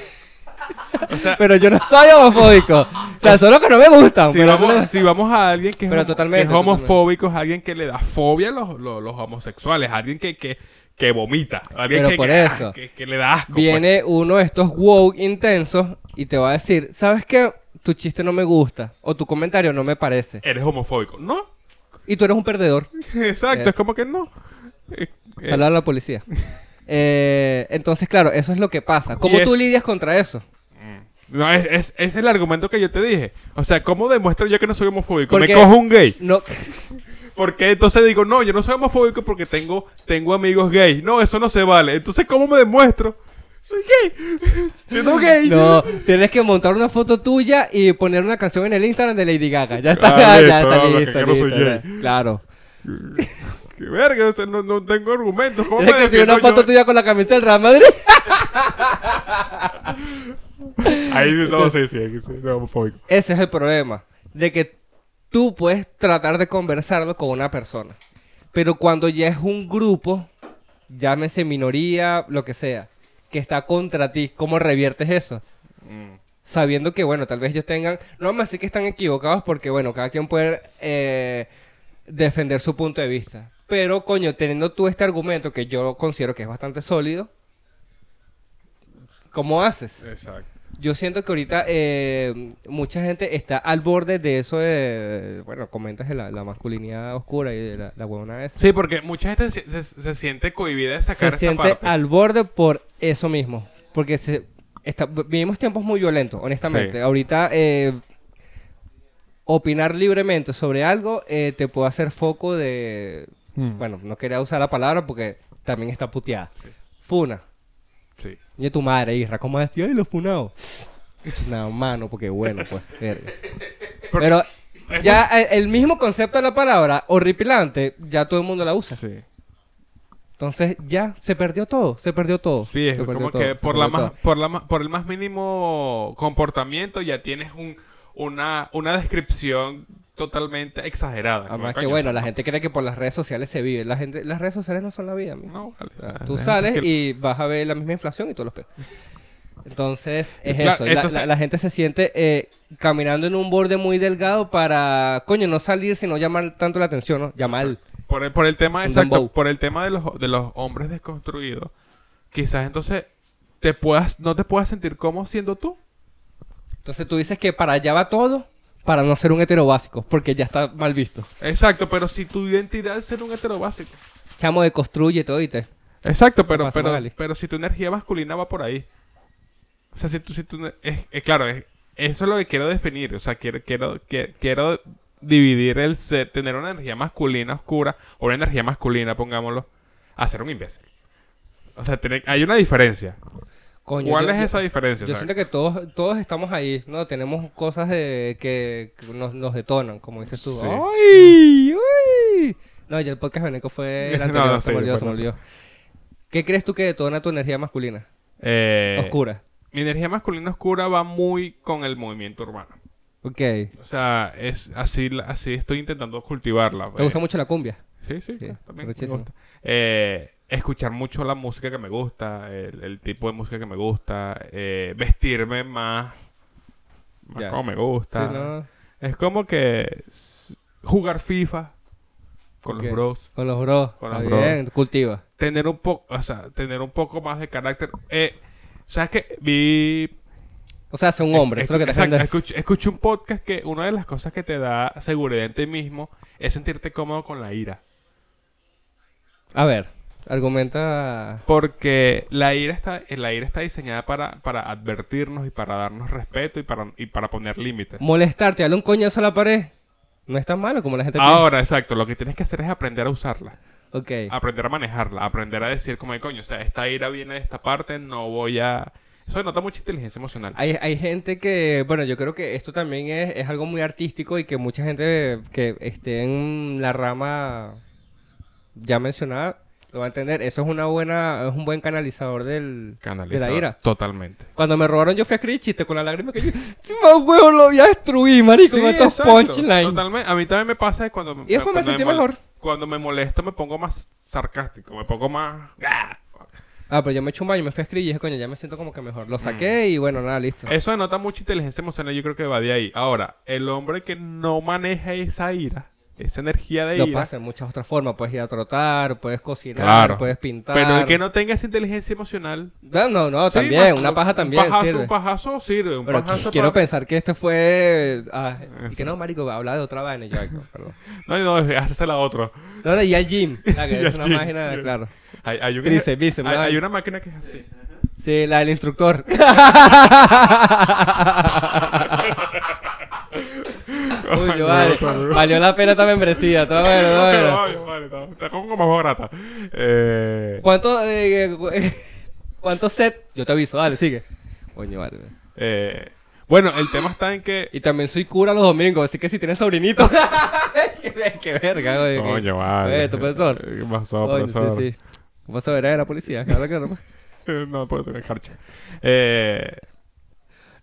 [SPEAKER 1] O sea, pues,
[SPEAKER 2] Pero yo no soy homofóbico. O sea, solo que no me gustan.
[SPEAKER 1] si,
[SPEAKER 2] Ah, pero
[SPEAKER 1] vamos,
[SPEAKER 2] no-
[SPEAKER 1] si vamos a alguien que es,
[SPEAKER 2] Pero
[SPEAKER 1] homo- que es
[SPEAKER 2] totalmente, totalmente.
[SPEAKER 1] homofóbico, es alguien que le da fobia a los, los, los homosexuales, alguien que, que, que vomita, alguien
[SPEAKER 2] Pero
[SPEAKER 1] que,
[SPEAKER 2] por
[SPEAKER 1] que-
[SPEAKER 2] eso.
[SPEAKER 1] que- que le da asco. pues.
[SPEAKER 2] Viene uno de estos woke intensos y te va a decir, ¿sabes qué? Tu chiste no me gusta o tu comentario no me parece.
[SPEAKER 1] Eres homofóbico. No,
[SPEAKER 2] Y tú eres un perdedor.
[SPEAKER 1] exacto,
[SPEAKER 2] Eso.
[SPEAKER 1] es como que no. Eh, eh,
[SPEAKER 2] Saluda a la policía. Eh, entonces, claro, eso es lo que pasa. ¿Cómo
[SPEAKER 1] Y
[SPEAKER 2] tú
[SPEAKER 1] es-
[SPEAKER 2] lidias contra eso?
[SPEAKER 1] no, es, es, es el argumento que yo te dije. O sea, ¿cómo demuestro yo que no soy homofóbico?
[SPEAKER 2] Porque-
[SPEAKER 1] Me cojo un gay.
[SPEAKER 2] No,
[SPEAKER 1] Porque entonces digo, no, yo no soy homofóbico porque tengo, tengo amigos gays. No, eso no se vale. Entonces, ¿cómo me demuestro? Soy gay. Siendo gay.
[SPEAKER 2] no, tienes que montar una foto tuya y poner una canción en el Instagram de Lady Gaga. Ya está,
[SPEAKER 1] Ah,
[SPEAKER 2] ya
[SPEAKER 1] listo,
[SPEAKER 2] está
[SPEAKER 1] no,
[SPEAKER 2] listo,
[SPEAKER 1] que no soy
[SPEAKER 2] listo,
[SPEAKER 1] gay.
[SPEAKER 2] ya. Claro.
[SPEAKER 1] Qué verga, o sea, no, no tengo argumentos. ¿Cómo
[SPEAKER 2] Tienes
[SPEAKER 1] me
[SPEAKER 2] que subir una
[SPEAKER 1] defiendo
[SPEAKER 2] foto
[SPEAKER 1] yo?
[SPEAKER 2] tuya con la camisa del Real Madrid.
[SPEAKER 1] Ahí no, sí, sí, sí, sí, no, homofóbico.
[SPEAKER 2] Ese es el problema. De que tú puedes tratar de conversarlo con una persona. Pero cuando ya es un grupo, llámese minoría, lo que sea, que está contra ti, ¿cómo reviertes eso?
[SPEAKER 1] Mm,
[SPEAKER 2] Sabiendo que, bueno, tal vez ellos tengan... No vamos a decir que están equivocados porque, bueno, cada quien puede eh, defender su punto de vista. Pero, coño, teniendo tú este argumento que yo considero que es bastante sólido, ¿cómo haces?
[SPEAKER 1] Exacto.
[SPEAKER 2] Yo siento que ahorita eh, mucha gente está al borde de eso de... Bueno, comentas de la, la masculinidad oscura y de la, la huevona esa.
[SPEAKER 1] Sí, porque mucha gente se, se- se siente cohibida de sacar
[SPEAKER 2] se
[SPEAKER 1] esa
[SPEAKER 2] siente
[SPEAKER 1] parte.
[SPEAKER 2] al borde por eso mismo. Porque se, está- vivimos tiempos muy violentos,
[SPEAKER 1] Sí.
[SPEAKER 2] honestamente. Ahorita eh, opinar libremente sobre algo eh, te puede hacer foco de...
[SPEAKER 1] Mm.
[SPEAKER 2] Bueno, no quería usar la palabra porque también está puteada. Funa.
[SPEAKER 1] Sí.
[SPEAKER 2] Y tu madre, Isra, ¿cómo así? ¡Ay, los funados! no, mano, porque bueno, pues, verga. Pero
[SPEAKER 1] es
[SPEAKER 2] ya el- el mismo concepto de la palabra, horripilante, ya todo el mundo la usa.
[SPEAKER 1] Sí.
[SPEAKER 2] Entonces ya se perdió todo, se perdió todo.
[SPEAKER 1] Sí, es
[SPEAKER 2] se perdió
[SPEAKER 1] como
[SPEAKER 2] todo,
[SPEAKER 1] que
[SPEAKER 2] se
[SPEAKER 1] por la,
[SPEAKER 2] perdió
[SPEAKER 1] más,
[SPEAKER 2] todo.
[SPEAKER 1] por, la más- por el más mínimo comportamiento ya tienes un, una, una descripción totalmente exagerada. Como,
[SPEAKER 2] Además que
[SPEAKER 1] Ah, coño,
[SPEAKER 2] bueno,
[SPEAKER 1] o
[SPEAKER 2] la
[SPEAKER 1] sea,
[SPEAKER 2] gente cree que por las redes sociales se vive. La gente, las redes sociales no son la vida, mijo.
[SPEAKER 1] No, vale,
[SPEAKER 2] O sea,
[SPEAKER 1] o sea,
[SPEAKER 2] tú
[SPEAKER 1] es
[SPEAKER 2] sales
[SPEAKER 1] que-
[SPEAKER 2] y vas a ver la misma inflación y todos los peos. Entonces, es
[SPEAKER 1] Claro,
[SPEAKER 2] eso. La- la- La,
[SPEAKER 1] entonces-
[SPEAKER 2] gente se siente eh, caminando en un borde muy delgado para, coño, no salir, sino llamar tanto la atención, ¿no? Llamar.
[SPEAKER 1] Por el, por el tema,
[SPEAKER 2] Es un
[SPEAKER 1] exacto,
[SPEAKER 2] dembow.
[SPEAKER 1] por el tema de los, de los hombres desconstruidos, quizás entonces te puedas, no te puedas sentir cómodo siendo tú.
[SPEAKER 2] Entonces tú dices que para allá va todo, para no ser un hetero básico, porque ya está mal visto.
[SPEAKER 1] Exacto, pero si tu identidad es ser un hetero básico.
[SPEAKER 2] Chamo, deconstruye todo y te.
[SPEAKER 1] Exacto, pero,
[SPEAKER 2] pasa,
[SPEAKER 1] pero,
[SPEAKER 2] Magali.
[SPEAKER 1] pero si tu energía masculina va por ahí. O sea, si tú, si tú, es, es claro, es- eso es lo que quiero definir. O sea, quiero, quiero, que- quiero dividir el ser, tener una energía masculina oscura o una energía masculina, pongámoslo, a ser un imbécil. O sea, tiene- hay una diferencia.
[SPEAKER 2] Coño,
[SPEAKER 1] ¿Cuál
[SPEAKER 2] yo-
[SPEAKER 1] es
[SPEAKER 2] yo-
[SPEAKER 1] esa diferencia?
[SPEAKER 2] Yo
[SPEAKER 1] O sea,
[SPEAKER 2] siento que todos, todos estamos ahí, ¿no? Tenemos cosas de, que, que nos, nos detonan, como dices tú.
[SPEAKER 1] Sí.
[SPEAKER 2] ¡Ay! ¡Ay! No, ya el podcast veneco fue el
[SPEAKER 1] No,
[SPEAKER 2] anterior,
[SPEAKER 1] no,
[SPEAKER 2] se
[SPEAKER 1] sí,
[SPEAKER 2] me olvidó,
[SPEAKER 1] fue
[SPEAKER 2] se me
[SPEAKER 1] el otro.
[SPEAKER 2] olvidó. ¿Qué crees tú que detona tu energía masculina?
[SPEAKER 1] eh,
[SPEAKER 2] Oscura.
[SPEAKER 1] Mi energía masculina oscura va muy con el movimiento urbano.
[SPEAKER 2] Ok. ¿Te
[SPEAKER 1] O sea, es así, la- así estoy intentando cultivarla. eh.
[SPEAKER 2] gusta mucho la cumbia?
[SPEAKER 1] Sí, sí,
[SPEAKER 2] Sí,
[SPEAKER 1] también me
[SPEAKER 2] rechísimo.
[SPEAKER 1] gusta. Eh, escuchar mucho la música que me gusta, el, el tipo de música que me gusta, eh, vestirme más, más
[SPEAKER 2] Ya.
[SPEAKER 1] como me gusta.
[SPEAKER 2] Sí, ¿no?
[SPEAKER 1] Es como que s- jugar FIFA con
[SPEAKER 2] Ok.
[SPEAKER 1] los bros,
[SPEAKER 2] Con los bros.
[SPEAKER 1] Con
[SPEAKER 2] está
[SPEAKER 1] los bros.
[SPEAKER 2] bien, cultiva.
[SPEAKER 1] tener un poco, o sea, tener un poco más de carácter. Eh, ¿Sabes qué? Vi
[SPEAKER 2] O sea, sea un hombre, eso es lo que te
[SPEAKER 1] Exacto,
[SPEAKER 2] hacen de-
[SPEAKER 1] escuché, escuché un podcast que una de las cosas que te da seguridad en ti mismo es sentirte cómodo con la ira.
[SPEAKER 2] A ver, argumenta...
[SPEAKER 1] Porque la ira está, eh, la ira está diseñada para, para advertirnos y para darnos respeto y para, y para poner límites.
[SPEAKER 2] Molestarte, dale un coñazo a la pared. No es tan malo como la gente
[SPEAKER 1] Ahora, exacto, lo que tienes que hacer es aprender a usarla,
[SPEAKER 2] piensa. Ok.
[SPEAKER 1] aprender a manejarla, aprender a decir como de coño, o sea, esta ira viene de esta parte, no voy a... Eso denota mucha inteligencia emocional.
[SPEAKER 2] Hay, hay gente que, bueno, yo creo que esto también es, es algo muy artístico y que mucha gente que esté en la rama ya mencionada lo va a entender. Eso es una buena, es un buen canalizador del
[SPEAKER 1] Canalizar
[SPEAKER 2] de la ira.
[SPEAKER 1] Totalmente.
[SPEAKER 2] Cuando me robaron yo fui a escribir chiste con la lágrima que yo, "Sí, más huevo lo voy a destruir, marico, con
[SPEAKER 1] Sí,
[SPEAKER 2] estos
[SPEAKER 1] exacto,
[SPEAKER 2] punchlines.
[SPEAKER 1] Totalmente. A mí también me pasa cuando...
[SPEAKER 2] Y después me
[SPEAKER 1] cuando
[SPEAKER 2] sentí
[SPEAKER 1] mol-
[SPEAKER 2] mejor.
[SPEAKER 1] Cuando me molesto me pongo más sarcástico, me pongo más... ¡Ah!
[SPEAKER 2] Ah, pero yo me eché un baño, me fui a escribir y dije, coño, ya me siento como que mejor.
[SPEAKER 1] Mm.
[SPEAKER 2] Lo saqué y bueno, nada, listo.
[SPEAKER 1] Eso denota mucha inteligencia emocional, yo creo que va de ahí. Ahora, el hombre que no maneja esa ira, esa energía de
[SPEAKER 2] Lo
[SPEAKER 1] ira,
[SPEAKER 2] pasa en muchas otras formas. Puedes ir a trotar, puedes cocinar,
[SPEAKER 1] Claro.
[SPEAKER 2] puedes pintar.
[SPEAKER 1] pero el que no tenga esa inteligencia emocional,
[SPEAKER 2] No, no, no,
[SPEAKER 1] sí,
[SPEAKER 2] también,
[SPEAKER 1] más-
[SPEAKER 2] una
[SPEAKER 1] un-
[SPEAKER 2] paja también
[SPEAKER 1] un pajazo,
[SPEAKER 2] sirve.
[SPEAKER 1] un pajazo sirve, un
[SPEAKER 2] Pero qui-
[SPEAKER 1] pajazo
[SPEAKER 2] quiero
[SPEAKER 1] pa-
[SPEAKER 2] pensar que esto fue... ah, y que
[SPEAKER 1] Eso.
[SPEAKER 2] no, marico, habla de otra vaina. y Yo, ay, no, perdón.
[SPEAKER 1] No, no, hacésela a otro.
[SPEAKER 2] No, no, y al gym. la que
[SPEAKER 1] Y
[SPEAKER 2] es
[SPEAKER 1] al
[SPEAKER 2] una
[SPEAKER 1] gym,
[SPEAKER 2] máquina,
[SPEAKER 1] yeah.
[SPEAKER 2] claro.
[SPEAKER 1] Hay, hay un-
[SPEAKER 2] Bíceps, bíceps,
[SPEAKER 1] hay-
[SPEAKER 2] ¿no?
[SPEAKER 1] hay una máquina que es así.
[SPEAKER 2] Sí, la del instructor. Uy, yo, vale. Valió la pena esta membresía. Está bueno, está
[SPEAKER 1] Pero,
[SPEAKER 2] bueno.
[SPEAKER 1] oye, vale, está- está como más barata. Eh,
[SPEAKER 2] ¿Cuánto, eh, ¿Cuántos set? Yo te aviso, dale, sigue. Coño, vale. vale.
[SPEAKER 1] eh, bueno, el tema está en que...
[SPEAKER 2] Y también soy cura los domingos, así que si tienen sobrinitos. qué, qué verga, güey.
[SPEAKER 1] Coño, vale.
[SPEAKER 2] Oye, tu profesor.
[SPEAKER 1] ¿Qué pasó,
[SPEAKER 2] Coño,
[SPEAKER 1] profesor?
[SPEAKER 2] sí, sí. Vas a ver a la policía, claro que no.
[SPEAKER 1] no, puedo tener carcha. Eh...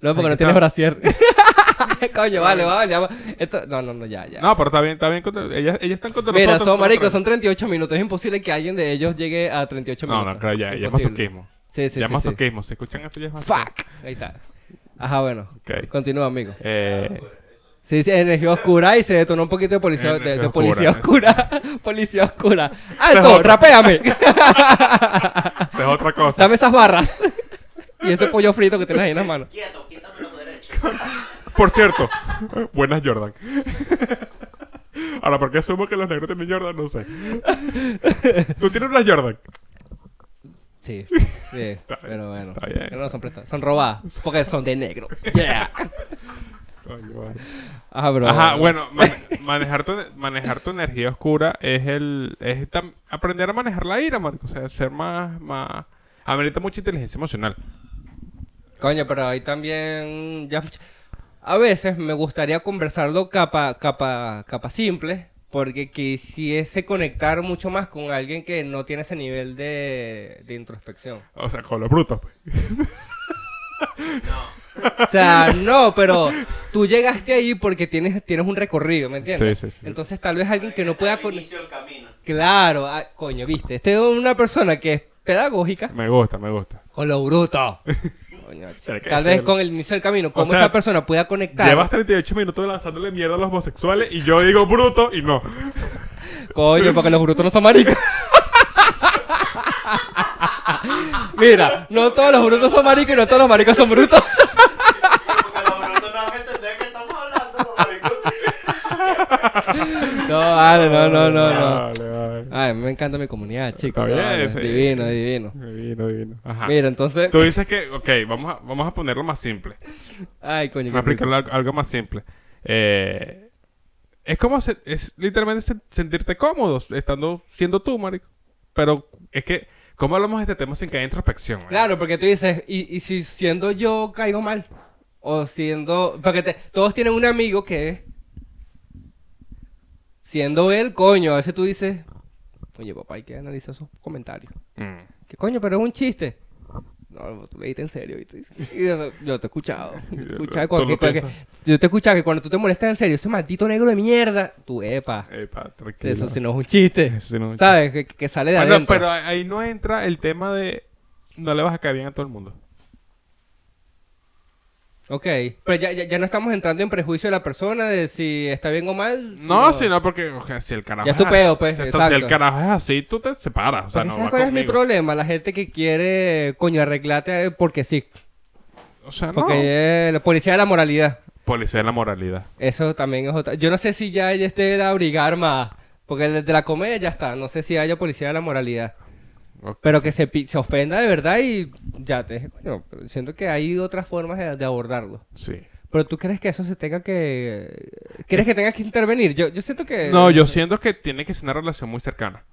[SPEAKER 2] No, porque no tienes brasier. Coño, vale, vale. ya va. Esto... No, no, no, ya, ya.
[SPEAKER 1] No, pero está bien, está bien. Contra... Ellas, ellas están contra
[SPEAKER 2] Mira,
[SPEAKER 1] nosotros.
[SPEAKER 2] son maricos,
[SPEAKER 1] nosotros-
[SPEAKER 2] son 38 minutos. Es imposible que alguien de ellos llegue a 38
[SPEAKER 1] No,
[SPEAKER 2] minutos.
[SPEAKER 1] no, claro, ya, ya es
[SPEAKER 2] Imposible.
[SPEAKER 1] masoquismo.
[SPEAKER 2] Sí, sí,
[SPEAKER 1] ya
[SPEAKER 2] sí,
[SPEAKER 1] es
[SPEAKER 2] sí.
[SPEAKER 1] masoquismo. ¿Se escuchan esto? Ya es masoquismo.
[SPEAKER 2] Fuck. Ahí está. Ajá, bueno.
[SPEAKER 1] Ok.
[SPEAKER 2] Continúa, amigo.
[SPEAKER 1] Eh,
[SPEAKER 2] Sí, sí, energía oscura y se detonó un poquito de policía, de,
[SPEAKER 1] Energía
[SPEAKER 2] de policía oscura. policía oscura.
[SPEAKER 1] Esa es
[SPEAKER 2] ¡Alto!
[SPEAKER 1] otra.
[SPEAKER 2] ¡Rapéame!
[SPEAKER 1] esa es otra cosa.
[SPEAKER 2] Dame esas barras. y ese pollo frito que tienes ahí en las manos.
[SPEAKER 4] Quieto, quítame los derechos.
[SPEAKER 1] Por cierto, buenas Jordan. Ahora, ¿por qué asumo que los negros tienen Jordan? No sé. ¿Tú tienes una Jordan?
[SPEAKER 2] Sí, sí. pero bueno.
[SPEAKER 1] está bien.
[SPEAKER 2] Pero no son prestadas. Son robadas. Porque son de negro. Yeah.
[SPEAKER 1] Coño, vale.
[SPEAKER 2] Ajá, bro.
[SPEAKER 1] Ajá, bueno, mane- manejar, tu, manejar tu energía oscura es el es tam- aprender a manejar la ira, Marco. O sea, ser más... más... Amerita mucha inteligencia emocional.
[SPEAKER 2] Coño, pero ahí también. Ya... A veces me gustaría conversarlo capa, capa, capa simple. Porque quisiese conectar mucho más con alguien que no tiene ese nivel de, de introspección.
[SPEAKER 1] O sea, con los brutos. pues.
[SPEAKER 2] O sea, no, pero tú llegaste ahí porque tienes, tienes un recorrido, ¿me entiendes?
[SPEAKER 1] Sí, sí, sí.
[SPEAKER 2] Entonces tal vez alguien que no pueda...
[SPEAKER 4] Al
[SPEAKER 2] con-
[SPEAKER 4] inicio del camino.
[SPEAKER 2] Claro, ah, coño, viste. Este es una persona que es pedagógica
[SPEAKER 1] Me gusta, me gusta.
[SPEAKER 2] con lo bruto. Coño,
[SPEAKER 1] Tiene que
[SPEAKER 2] tal vez
[SPEAKER 1] decirlo.
[SPEAKER 2] con el inicio del camino, cómo
[SPEAKER 1] sea,
[SPEAKER 2] esta persona pueda conectar.
[SPEAKER 1] Llevas 38 minutos lanzándole mierda a los homosexuales y yo digo bruto y no.
[SPEAKER 2] Coño, porque los brutos no son maricas. Mira, no todos los brutos son maricos y no todos los maricos son brutos.
[SPEAKER 4] Porque los brutos no van a entender que estamos hablando, porque
[SPEAKER 2] No, vale, no, no, no, no.
[SPEAKER 1] Vale, vale.
[SPEAKER 2] Ay, me encanta mi comunidad,
[SPEAKER 1] Está
[SPEAKER 2] chicos.
[SPEAKER 1] bien,
[SPEAKER 2] vale,
[SPEAKER 1] sí.
[SPEAKER 2] Divino, divino.
[SPEAKER 1] Divino, divino. Ajá.
[SPEAKER 2] Mira, entonces.
[SPEAKER 1] Tú dices que, ok, vamos a, vamos a ponerlo más simple.
[SPEAKER 2] Ay, coño.
[SPEAKER 1] Vamos a
[SPEAKER 2] qué
[SPEAKER 1] aplicarlo al- algo más simple. Eh, es como, se- es literalmente sen- sentirte cómodo estando siendo tú, marico. Pero es que, ¿cómo hablamos de este tema sin que haya introspección? eh? marico?
[SPEAKER 2] Claro, porque tú dices, ¿y, y si siendo yo caigo mal? O siendo... Porque te- todos tienen un amigo que es... Siendo él, coño, a veces tú dices... Oye, papá, hay que analizar esos comentarios.
[SPEAKER 1] Mm.
[SPEAKER 2] Que coño, pero es un chiste. No, tú leíste en serio, ¿viste? Y yo, yo te he escuchado. Yo te he
[SPEAKER 1] Tú
[SPEAKER 2] escuchado
[SPEAKER 1] lo
[SPEAKER 2] cuando, que-
[SPEAKER 1] piensas.
[SPEAKER 2] yo te he escuchado que cuando tú te molestas en serio, ese maldito negro de mierda, tú, epa,
[SPEAKER 1] Epa, tranquilo.
[SPEAKER 2] eso si no es un chiste.
[SPEAKER 1] Eso sí no es un
[SPEAKER 2] ¿Sabes? Que, que sale de
[SPEAKER 1] Bueno,
[SPEAKER 2] adentro.
[SPEAKER 1] pero ahí ahí no entra el tema de no le vas a caer bien a todo el mundo.
[SPEAKER 2] Ok, pero ya, ya, ya no estamos entrando en prejuicio de la persona de si está bien o mal.
[SPEAKER 1] No, sino porque o sea, si el carajo
[SPEAKER 2] Ya es tu
[SPEAKER 1] así-
[SPEAKER 2] peo, pues,
[SPEAKER 1] o sea,
[SPEAKER 2] exacto.
[SPEAKER 1] si el carajo es así, tú te separas. O sea,
[SPEAKER 2] Porque
[SPEAKER 1] no
[SPEAKER 2] ¿Sabes
[SPEAKER 1] va
[SPEAKER 2] cuál es mi
[SPEAKER 1] conmigo.
[SPEAKER 2] problema? La gente que quiere, coño, arreglate eh, porque sí.
[SPEAKER 1] O sea, Ah, no.
[SPEAKER 2] Porque eh, la policía de la moralidad.
[SPEAKER 1] Policía de la moralidad.
[SPEAKER 2] Eso también es otra. Yo no sé si ya ella esté de la brigada armada. Porque el de la comedia ya está. No sé si haya policía de la moralidad.
[SPEAKER 1] Ok.
[SPEAKER 2] Pero que se, pi- se ofenda de verdad y ya te coño, pero siento que hay otras formas de, de abordarlo.
[SPEAKER 1] Sí.
[SPEAKER 2] Pero tú crees que eso se tenga que... ¿Crees que tengas que intervenir? Yo, yo siento que...
[SPEAKER 1] No, yo siento que tiene que ser una relación muy cercana.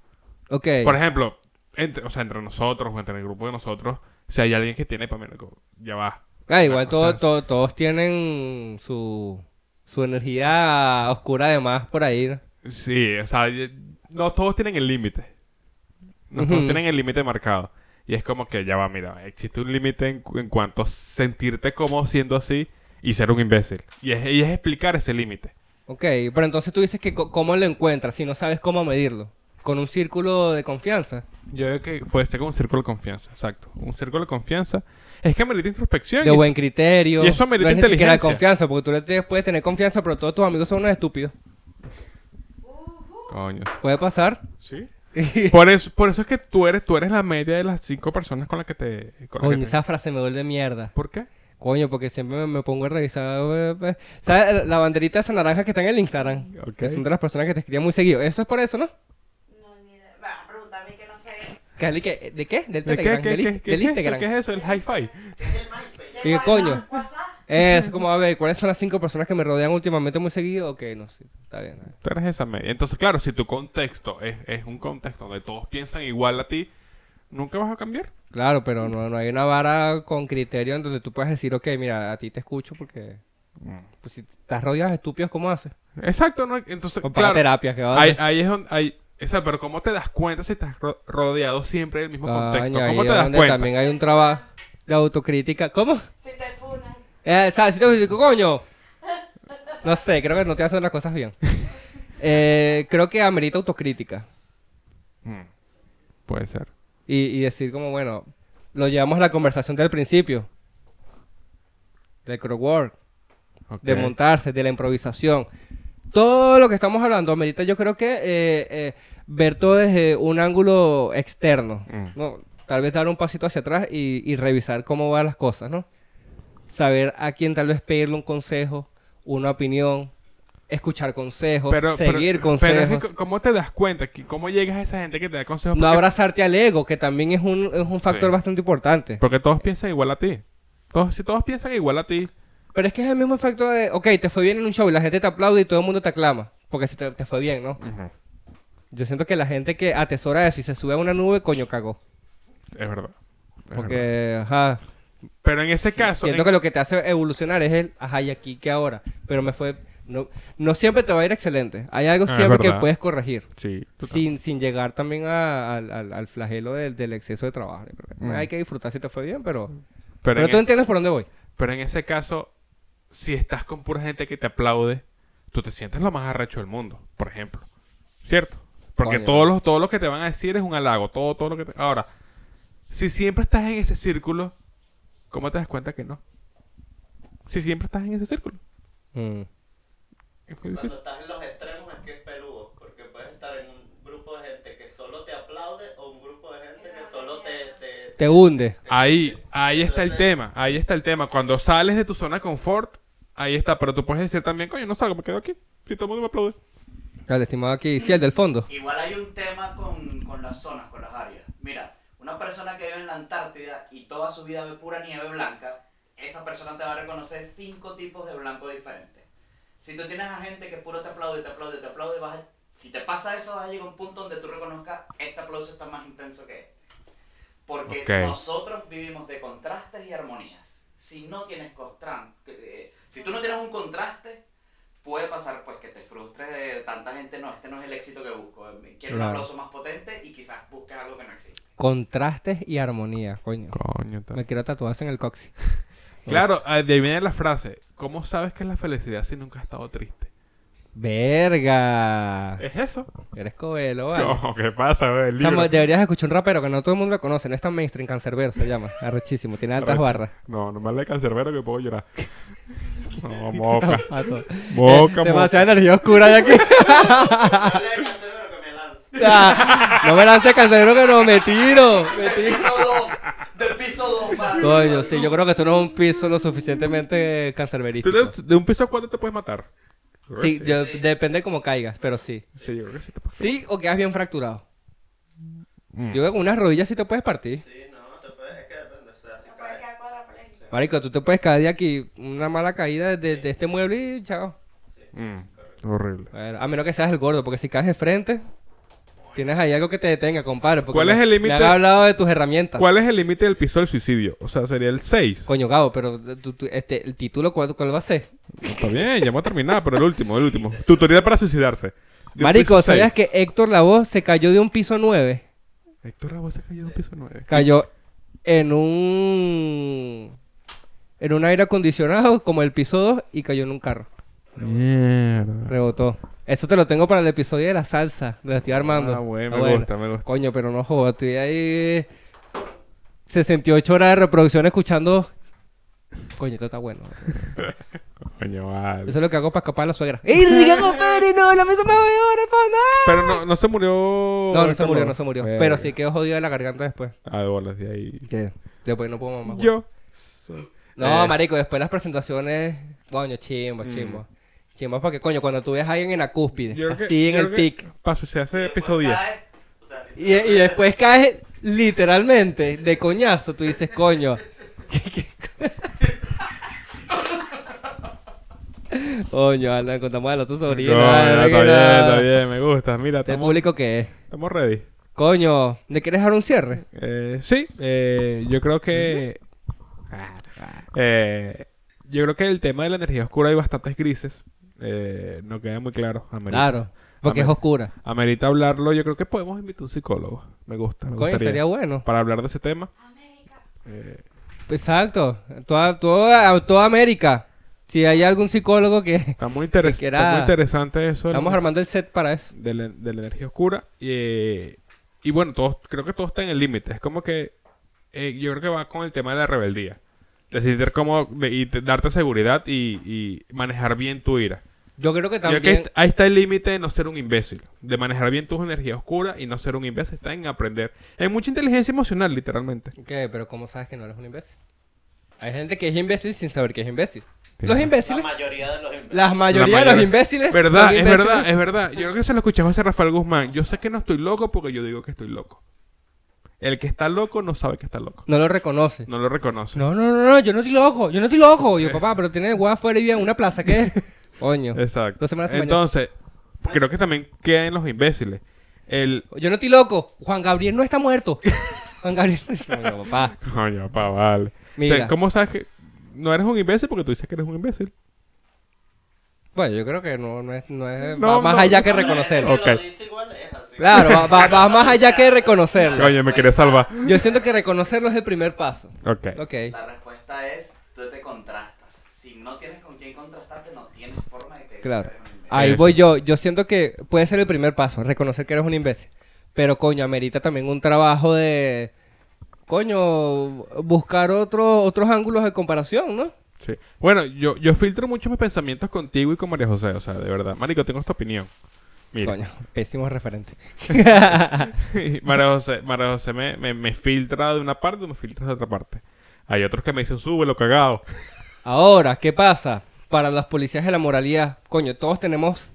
[SPEAKER 2] Ok.
[SPEAKER 1] Por ejemplo, entre, o sea, entre nosotros o entre el grupo de nosotros, si hay alguien que tiene, para mí, loco, ya va.
[SPEAKER 2] Ah, igual
[SPEAKER 1] Ah,
[SPEAKER 2] todo-
[SPEAKER 1] o sea,
[SPEAKER 2] todo- todos tienen su, su energía oscura además por ahí. ¿no?
[SPEAKER 1] Sí, o sea, y- no todos tienen el límite. No todos
[SPEAKER 2] Ujú.
[SPEAKER 1] tienen el límite marcado. Y es como que ya va, mira, existe un límite en, cu- en cuanto a sentirte como siendo así y ser un imbécil. Y es, y es explicar ese límite.
[SPEAKER 2] Ok, pero entonces tú dices que co- cómo lo encuentras si no sabes cómo medirlo. Con un círculo de confianza.
[SPEAKER 1] Yo creo que puede ser como un círculo de confianza, exacto. Un círculo de confianza. Es que merita introspección.
[SPEAKER 2] De
[SPEAKER 1] y-
[SPEAKER 2] buen criterio.
[SPEAKER 1] y eso amerita
[SPEAKER 2] no es ni siquiera
[SPEAKER 1] inteligencia.
[SPEAKER 2] confianza, porque tú le te- puedes tener confianza, pero todos tus amigos son unos estúpidos.
[SPEAKER 1] Coño.
[SPEAKER 2] Puede pasar.
[SPEAKER 1] Sí. por, eso, por eso es que tú eres, tú eres la media de las cinco personas con las que te... con las que
[SPEAKER 2] Coño,
[SPEAKER 1] te-
[SPEAKER 2] esa frase me vuelve mierda.
[SPEAKER 1] ¿Por qué?
[SPEAKER 2] Coño, porque siempre me, me pongo a revisar. eh, eh. ¿Sabes? La banderita esa naranja que está en el Instagram.
[SPEAKER 1] Ok.
[SPEAKER 2] Que son de las personas que te escriben muy seguido. Eso es por eso, ¿no?
[SPEAKER 3] No, ni idea. Va, pregunta a mí que no sé.
[SPEAKER 2] Cali, ¿qué? ¿De qué? ¿Del
[SPEAKER 1] ¿De qué,
[SPEAKER 2] Telegram?
[SPEAKER 1] qué-
[SPEAKER 2] ¿Del,
[SPEAKER 1] qué-
[SPEAKER 2] Inst-
[SPEAKER 1] qué
[SPEAKER 2] del
[SPEAKER 1] es eso?
[SPEAKER 2] Instagram?
[SPEAKER 1] ¿Qué es eso? ¿El hi-fi?
[SPEAKER 3] ¿De
[SPEAKER 2] Dije,
[SPEAKER 3] WhatsApp?
[SPEAKER 2] coño.
[SPEAKER 3] ¿WhatsApp?
[SPEAKER 2] Eso, como a ver, ¿cuáles son las cinco personas que me rodean últimamente muy seguido? Ok, no sé, está bien. está bien.
[SPEAKER 1] Tú eres esa media. Entonces, claro, si tu contexto es, es un contexto donde todos piensan igual a ti, nunca vas a cambiar.
[SPEAKER 2] Claro, pero no, no hay una vara con criterio en donde tú puedas decir, ok, mira, a ti te escucho porque...
[SPEAKER 1] Mm.
[SPEAKER 2] Pues si estás rodeado de estúpidos, ¿cómo haces?
[SPEAKER 1] Exacto, ¿no? Entonces,
[SPEAKER 2] O para
[SPEAKER 1] claro.
[SPEAKER 2] terapias, que va a
[SPEAKER 1] ahí,
[SPEAKER 2] hacer?
[SPEAKER 1] ahí es donde... Hay, esa, pero ¿cómo te das cuenta si estás ro- rodeado siempre del mismo contexto?
[SPEAKER 2] Coño, ahí
[SPEAKER 1] ¿Cómo te
[SPEAKER 2] es
[SPEAKER 1] das
[SPEAKER 2] donde
[SPEAKER 1] cuenta?
[SPEAKER 2] También hay un trabajo de autocrítica. ¿Cómo?
[SPEAKER 3] Si te funan.
[SPEAKER 2] Eh, ¿Sabes? Si te digo, coño. No sé, creo que no te hacen las cosas bien. Eh, creo que amerita autocrítica.
[SPEAKER 1] Mm. Puede ser.
[SPEAKER 2] Y, y decir como, bueno, lo llevamos a la conversación del principio. Del crowdwork,
[SPEAKER 1] Ok.
[SPEAKER 2] de montarse, de la improvisación. Todo lo que estamos hablando, amerita yo creo que eh, eh, ver todo desde un ángulo externo.
[SPEAKER 1] Mm.
[SPEAKER 2] ¿no? Tal vez dar un pasito hacia atrás y, y revisar cómo van las cosas, ¿no? Saber a quién tal vez pedirle un consejo, una opinión, escuchar consejos, seguir
[SPEAKER 1] pero es
[SPEAKER 2] consejos.
[SPEAKER 1] que c- ¿cómo te das cuenta? Que- ¿Cómo llegas a esa gente que te da consejos?
[SPEAKER 2] no
[SPEAKER 1] Porque-
[SPEAKER 2] abrazarte al ego, que también es un, es un factor
[SPEAKER 1] Sí.
[SPEAKER 2] bastante importante.
[SPEAKER 1] Porque todos piensan igual a ti. Todos, si todos piensan igual a ti,
[SPEAKER 2] Pero es que es el mismo efecto de, ok, te fue bien en un show y la gente te aplaude y todo el mundo te aclama. Porque si te, te fue bien, ¿no? Yo siento que la gente que atesora eso y se sube a una nube, coño, cagó.
[SPEAKER 1] es verdad. Es verdad.
[SPEAKER 2] Porque, ajá.
[SPEAKER 1] Pero en ese caso,
[SPEAKER 2] Siento
[SPEAKER 1] en-
[SPEAKER 2] que lo que te hace evolucionar es el, ajá, y aquí que ahora. Pero me fue. No, no siempre te va a ir excelente. Hay algo
[SPEAKER 1] Ah, es
[SPEAKER 2] siempre que
[SPEAKER 1] verdad.
[SPEAKER 2] puedes corregir.
[SPEAKER 1] sí, total.
[SPEAKER 2] Sin, sin llegar también a- al, al- al flagelo del, del exceso de trabajo. Yo creo que
[SPEAKER 1] Mm.
[SPEAKER 2] Hay que disfrutar si te fue bien, pero. Pero,
[SPEAKER 1] Pero, en
[SPEAKER 2] tú
[SPEAKER 1] es-
[SPEAKER 2] entiendes por dónde voy.
[SPEAKER 1] pero en ese caso, si estás con pura gente que te aplaude, tú te sientes lo más arrecho del mundo, por ejemplo. ¿Cierto? Porque
[SPEAKER 2] Coño.
[SPEAKER 1] todos los, todo lo que te van a decir es un halago. Todo, todo lo que te... Ahora, si siempre estás en ese círculo, ¿cómo te das cuenta que no? Si siempre estás en ese círculo.
[SPEAKER 2] Mm.
[SPEAKER 1] Es muy
[SPEAKER 4] Cuando
[SPEAKER 1] difícil.
[SPEAKER 4] estás en los extremos es que es peludo, porque puedes estar en un grupo de gente que solo te aplaude o un grupo de gente que solo te... te-
[SPEAKER 2] Te hunde.
[SPEAKER 1] Ahí, ahí está el tema, ahí está el tema. Cuando sales de tu zona de confort, ahí está. Pero tú puedes decir también, coño, no salgo, me quedo aquí. Si todo el mundo me aplaude.
[SPEAKER 2] El estimado aquí, sí, el del fondo.
[SPEAKER 5] Igual hay un tema con, con las zonas, con las áreas. Mira, una persona que vive en la Antártida y toda su vida ve pura nieve blanca, esa persona te va a reconocer cinco tipos de blanco diferentes. Si tú tienes a gente que puro te aplaude, te aplaude, te aplaude, vas a- si te pasa eso, vas a llegar a un punto donde tú reconozcas este aplauso está más intenso que este. Porque
[SPEAKER 1] Ok.
[SPEAKER 5] nosotros vivimos de contrastes y armonías. Si no tienes contraste, si tú no tienes un contraste, puede pasar pues que te frustres de tanta gente, no, este no es el éxito que busco, eh, quiero un
[SPEAKER 2] Claro.
[SPEAKER 5] aplauso más potente y quizás busques algo que no existe.
[SPEAKER 2] Contrastes y armonía, coño.
[SPEAKER 1] Coño, tal.
[SPEAKER 2] Me quiero tatuarse en el coxi.
[SPEAKER 1] Claro, ah, de ahí viene la frase. ¿Cómo sabes que es la felicidad si nunca has estado triste?
[SPEAKER 2] Verga.
[SPEAKER 1] ¿Es eso?
[SPEAKER 2] Eres cobelo, vale.
[SPEAKER 1] Eh. No, ¿qué pasa, güey? El
[SPEAKER 2] Chamo,
[SPEAKER 1] libro.
[SPEAKER 2] deberías escuchar un rapero que no todo el mundo lo conoce. No es tan mainstream, Cancerbero se llama. Arrechísimo, tiene altas
[SPEAKER 1] Arrecho.
[SPEAKER 2] barras.
[SPEAKER 1] No, nomás le cancerbero que puedo llorar. No,
[SPEAKER 2] Estamos
[SPEAKER 1] moca.
[SPEAKER 2] a todo.
[SPEAKER 1] Moca, moca.
[SPEAKER 2] Demasiada energía oscura hay aquí.
[SPEAKER 4] Yo le dejé hacer, pero que me lance.
[SPEAKER 2] Ah, no me lance Cancerbero que no, me tiro. Me
[SPEAKER 5] Del
[SPEAKER 2] tiro.
[SPEAKER 5] piso 2, del piso 2,
[SPEAKER 2] Coño, sí, yo creo que esto no es un piso lo suficientemente
[SPEAKER 1] ¿Tú
[SPEAKER 2] cancerberístico.
[SPEAKER 1] de, de un piso a cuánto te puedes matar? Yo creo
[SPEAKER 2] Sí,
[SPEAKER 1] que
[SPEAKER 2] yo- depende de cómo caigas, pero sí.
[SPEAKER 1] Sí, yo creo que sí te puedes.
[SPEAKER 2] Sí, o quedas bien fracturado.
[SPEAKER 1] Mm.
[SPEAKER 2] Yo creo que con unas rodillas sí te puedes partir.
[SPEAKER 4] Sí, no, te puedes, es que depende, o sea, si
[SPEAKER 3] No puede
[SPEAKER 4] caes.
[SPEAKER 3] quedar cuadrapléjico.
[SPEAKER 2] Marico, tú te puedes caer de aquí, una mala caída de, de este mueble y chao.
[SPEAKER 1] Mm, horrible.
[SPEAKER 2] Bueno, a menos que seas el gordo, porque si caes de frente, tienes ahí algo que te detenga, compadre. porque
[SPEAKER 1] ¿Cuál
[SPEAKER 2] me-
[SPEAKER 1] es el límite?
[SPEAKER 2] Me han hablado de tus herramientas.
[SPEAKER 1] ¿Cuál es el límite del piso del suicidio? O sea, sería el 6.
[SPEAKER 2] Coño, Gabo, pero tú- tú- este, el título, ¿cuál, cuál va a ser?
[SPEAKER 1] Está bien, ya hemos terminado, pero el último, el último. Tutorial para suicidarse. De un
[SPEAKER 2] Marico,
[SPEAKER 1] piso
[SPEAKER 2] ¿sabías
[SPEAKER 1] seis.
[SPEAKER 2] que Héctor Lavoe se cayó de un piso 9?
[SPEAKER 1] Héctor Lavoe se cayó de un piso 9.
[SPEAKER 2] Cayó en un... En un aire acondicionado, como el piso 2, y cayó en un carro.
[SPEAKER 1] Mierda.
[SPEAKER 2] Rebotó. Eso te lo tengo para el episodio de la salsa. Lo estoy armando.
[SPEAKER 1] Ah, bueno,
[SPEAKER 2] Está
[SPEAKER 1] me gusta, me gusta.
[SPEAKER 2] Coño, pero no jodas. Estoy ahí 68 horas de reproducción escuchando. Coño, esto está bueno.
[SPEAKER 1] Coño, vale.
[SPEAKER 2] Eso es lo que hago para escapar a la suegra. ¡Ey, Ricardo Pérez! ¡No! ¡La mesa me va a llevar al fondo!
[SPEAKER 1] Pero no, no se murió.
[SPEAKER 2] No, no se
[SPEAKER 1] Héctor
[SPEAKER 2] murió,
[SPEAKER 1] Lavoe.
[SPEAKER 2] no se murió.
[SPEAKER 1] Verga.
[SPEAKER 2] Pero sí quedó jodido de la garganta después.
[SPEAKER 1] Ah, de bolas, de ahí.
[SPEAKER 2] ¿Qué? Después no puedo mamar.
[SPEAKER 1] Yo.
[SPEAKER 2] No,
[SPEAKER 1] Eh. Mm.
[SPEAKER 2] marico, después las presentaciones. Coño, chimbo, chimbo. Chimbo, porque coño, cuando tú ves a alguien en la cúspide,
[SPEAKER 1] yo creo que-
[SPEAKER 2] así en
[SPEAKER 1] yo
[SPEAKER 2] el
[SPEAKER 1] creo que
[SPEAKER 2] pic.
[SPEAKER 1] Para suicidarse
[SPEAKER 4] Y
[SPEAKER 1] de
[SPEAKER 4] después
[SPEAKER 1] episodio 10.
[SPEAKER 4] caes, o sea,
[SPEAKER 2] Y, eh, y después caes literalmente de coñazo. Tú dices, coño. ¿qué- qué co-?" coño, Alan, contamos a la tu sobrina.
[SPEAKER 1] Coño,
[SPEAKER 2] Alan,
[SPEAKER 1] está
[SPEAKER 2] que
[SPEAKER 1] bien,
[SPEAKER 2] nada.
[SPEAKER 1] está bien, me gusta. Mira,
[SPEAKER 2] Este
[SPEAKER 1] estamos,
[SPEAKER 2] público que es.
[SPEAKER 1] estamos ready.
[SPEAKER 2] Coño, ¿le quieres dar un cierre?
[SPEAKER 1] Eh, sí, eh, yo creo que. Eh, yo creo que el tema de la energía oscura hay bastantes grises. Eh, no queda muy claro. Amerita.
[SPEAKER 2] Claro, porque es
[SPEAKER 1] Amén.
[SPEAKER 2] oscura.
[SPEAKER 1] Amerita hablarlo. Yo creo que podemos invitar a un psicólogo. Me gusta, me
[SPEAKER 2] Coño,
[SPEAKER 1] gustaría.
[SPEAKER 2] estaría bueno.
[SPEAKER 1] Para hablar de ese tema.
[SPEAKER 3] América.
[SPEAKER 1] Eh,
[SPEAKER 2] Exacto. Toda, toda, toda América. Si hay algún psicólogo que.
[SPEAKER 1] está, muy interes-
[SPEAKER 2] Que quiera-
[SPEAKER 1] está muy interesante eso. de la-
[SPEAKER 2] Estamos armando el set para eso.
[SPEAKER 1] De la, de la energía oscura. Y, eh, y bueno, todos, creo que todo está en el límite. Es como que. eh, yo creo que va con el tema de la rebeldía. Decidir cómo. de- y te- darte seguridad y, y manejar bien tu ira.
[SPEAKER 2] Yo creo que
[SPEAKER 1] Yo creo
[SPEAKER 2] también.
[SPEAKER 1] que est- ahí está el límite de no ser un imbécil. De manejar bien tus energías oscuras y no ser un imbécil. Está en aprender. Hay mucha inteligencia emocional, literalmente.
[SPEAKER 2] ¿Qué? Pero ¿cómo sabes que no eres un imbécil? Hay gente que es imbécil sin saber que es imbécil.
[SPEAKER 1] Tienes
[SPEAKER 2] Los
[SPEAKER 1] razón.
[SPEAKER 4] La
[SPEAKER 2] imbéciles,
[SPEAKER 4] mayoría de los imbéciles.
[SPEAKER 2] la mayoría
[SPEAKER 1] La
[SPEAKER 2] de los
[SPEAKER 1] mayoría.
[SPEAKER 2] imbéciles.
[SPEAKER 1] Verdad,
[SPEAKER 2] son
[SPEAKER 1] es
[SPEAKER 2] imbéciles.
[SPEAKER 1] verdad, es verdad. Yo creo que se lo escuché a José Rafael Guzmán. Yo sé que no estoy loco porque yo digo que estoy loco. El que está loco no sabe que está loco.
[SPEAKER 2] No lo reconoce.
[SPEAKER 1] No lo reconoce.
[SPEAKER 2] No, no, no, no, yo no estoy loco, yo no estoy loco. Yo, papá, pero tiene guau afuera y vive en una plaza, ¿qué es? Coño.
[SPEAKER 1] Exacto.
[SPEAKER 2] Dos semanas sin bañarse.
[SPEAKER 1] Entonces, creo que también queda en los imbéciles. El.
[SPEAKER 2] Yo no estoy loco, Juan Gabriel no está muerto. Juan Gabriel. Coño, papá.
[SPEAKER 1] Coño, pa, vale.
[SPEAKER 2] Mira.
[SPEAKER 1] Te- ¿Cómo sabes que no eres un imbécil? Porque tú dices que eres un imbécil.
[SPEAKER 2] Bueno, yo creo que no, no es, no es
[SPEAKER 1] No,
[SPEAKER 2] va más
[SPEAKER 1] no.
[SPEAKER 2] allá que
[SPEAKER 4] No, la gente
[SPEAKER 2] reconocerlo.
[SPEAKER 4] que
[SPEAKER 1] Ok.
[SPEAKER 4] Lo dice igual es así.
[SPEAKER 2] Claro, va, va- va más allá que reconocerlo.
[SPEAKER 1] Coño, me quería salvar.
[SPEAKER 2] Yo siento que reconocerlo es el primer paso.
[SPEAKER 1] Ok.
[SPEAKER 2] Ok.
[SPEAKER 5] La respuesta es, tú te contrastas. Si no tienes con quién contrastarte, no tienes forma de que te
[SPEAKER 2] Claro.
[SPEAKER 5] superes un
[SPEAKER 2] Ahí
[SPEAKER 1] Eso.
[SPEAKER 2] voy yo. Yo siento que puede ser el primer paso, reconocer que eres un imbécil. Pero coño, amerita también un trabajo de coño, buscar otros otros ángulos de comparación, ¿no?
[SPEAKER 1] Sí. Bueno, yo, yo filtro mucho mis pensamientos contigo y con María José. O sea, de verdad. Marico, tengo esta opinión. Mira.
[SPEAKER 2] Coño, pésimo referente.
[SPEAKER 1] María José, María José me, me, me filtra de una parte o me filtra de otra parte. Hay otros que me dicen, sube lo cagado.
[SPEAKER 2] Ahora, ¿qué pasa? Para las policías de la moralidad, coño, todos tenemos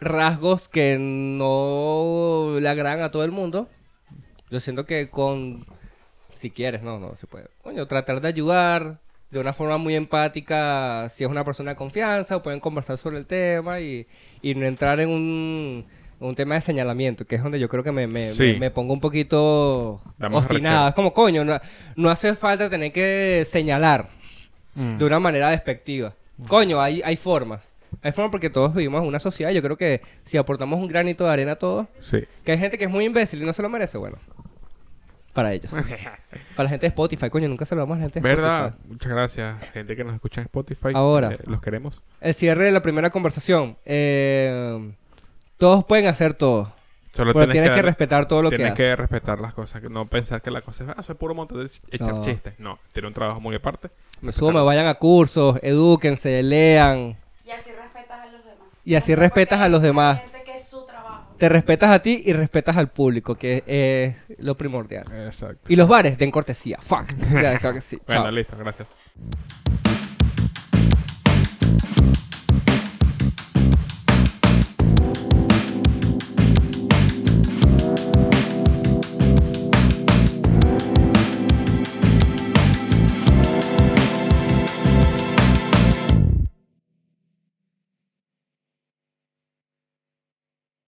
[SPEAKER 2] rasgos que no le agradan a todo el mundo. Yo siento que con, si quieres, no, no se puede. Coño, tratar de ayudar de una forma muy empática si es una persona de confianza o pueden conversar sobre el tema y, y no entrar en un, un tema de señalamiento, que es donde yo creo que me, me,
[SPEAKER 1] Sí.
[SPEAKER 2] me- me pongo un poquito
[SPEAKER 1] Da más
[SPEAKER 2] obstinado.
[SPEAKER 1] rechera.
[SPEAKER 2] Es como, coño, no, no hace falta tener que señalar
[SPEAKER 1] Mm.
[SPEAKER 2] de una manera despectiva. Coño, hay, hay formas. Hay formas porque todos vivimos en una sociedad. Yo creo que si aportamos un granito de arena a todos,
[SPEAKER 1] Sí.
[SPEAKER 2] que hay gente que es muy imbécil y no se lo merece, bueno. Para ellos. Para la gente de Spotify, coño, nunca se lo damos a la gente de
[SPEAKER 1] ¿Verdad?
[SPEAKER 2] Este Spotify.
[SPEAKER 1] Muchas gracias, gente que nos escucha en Spotify.
[SPEAKER 2] Ahora.
[SPEAKER 1] Eh, los queremos.
[SPEAKER 2] El cierre de la primera conversación. Eh, todos pueden hacer todo.
[SPEAKER 1] Solo
[SPEAKER 2] pero tienes que,
[SPEAKER 1] dar-
[SPEAKER 2] respetar todo lo que
[SPEAKER 1] tienes
[SPEAKER 2] haces.
[SPEAKER 1] que respetar las cosas. que No pensar que la cosa es, ah, soy puro montón de ch- echar
[SPEAKER 2] No.
[SPEAKER 1] chistes. No, tiene un trabajo muy aparte.
[SPEAKER 2] Me
[SPEAKER 1] Respetar-
[SPEAKER 2] sumo, vayan a cursos, edúquense, lean.
[SPEAKER 3] Y así respetas a los demás.
[SPEAKER 2] Y así respetas a los demás.
[SPEAKER 3] Gente que es su trabajo.
[SPEAKER 2] Te respetas a ti y respetas al público, que es lo primordial.
[SPEAKER 1] Exacto.
[SPEAKER 2] Y los bares, den cortesía. Fuck. Ya, creo que sí.
[SPEAKER 1] Bueno,
[SPEAKER 2] Chao.
[SPEAKER 1] listo, gracias.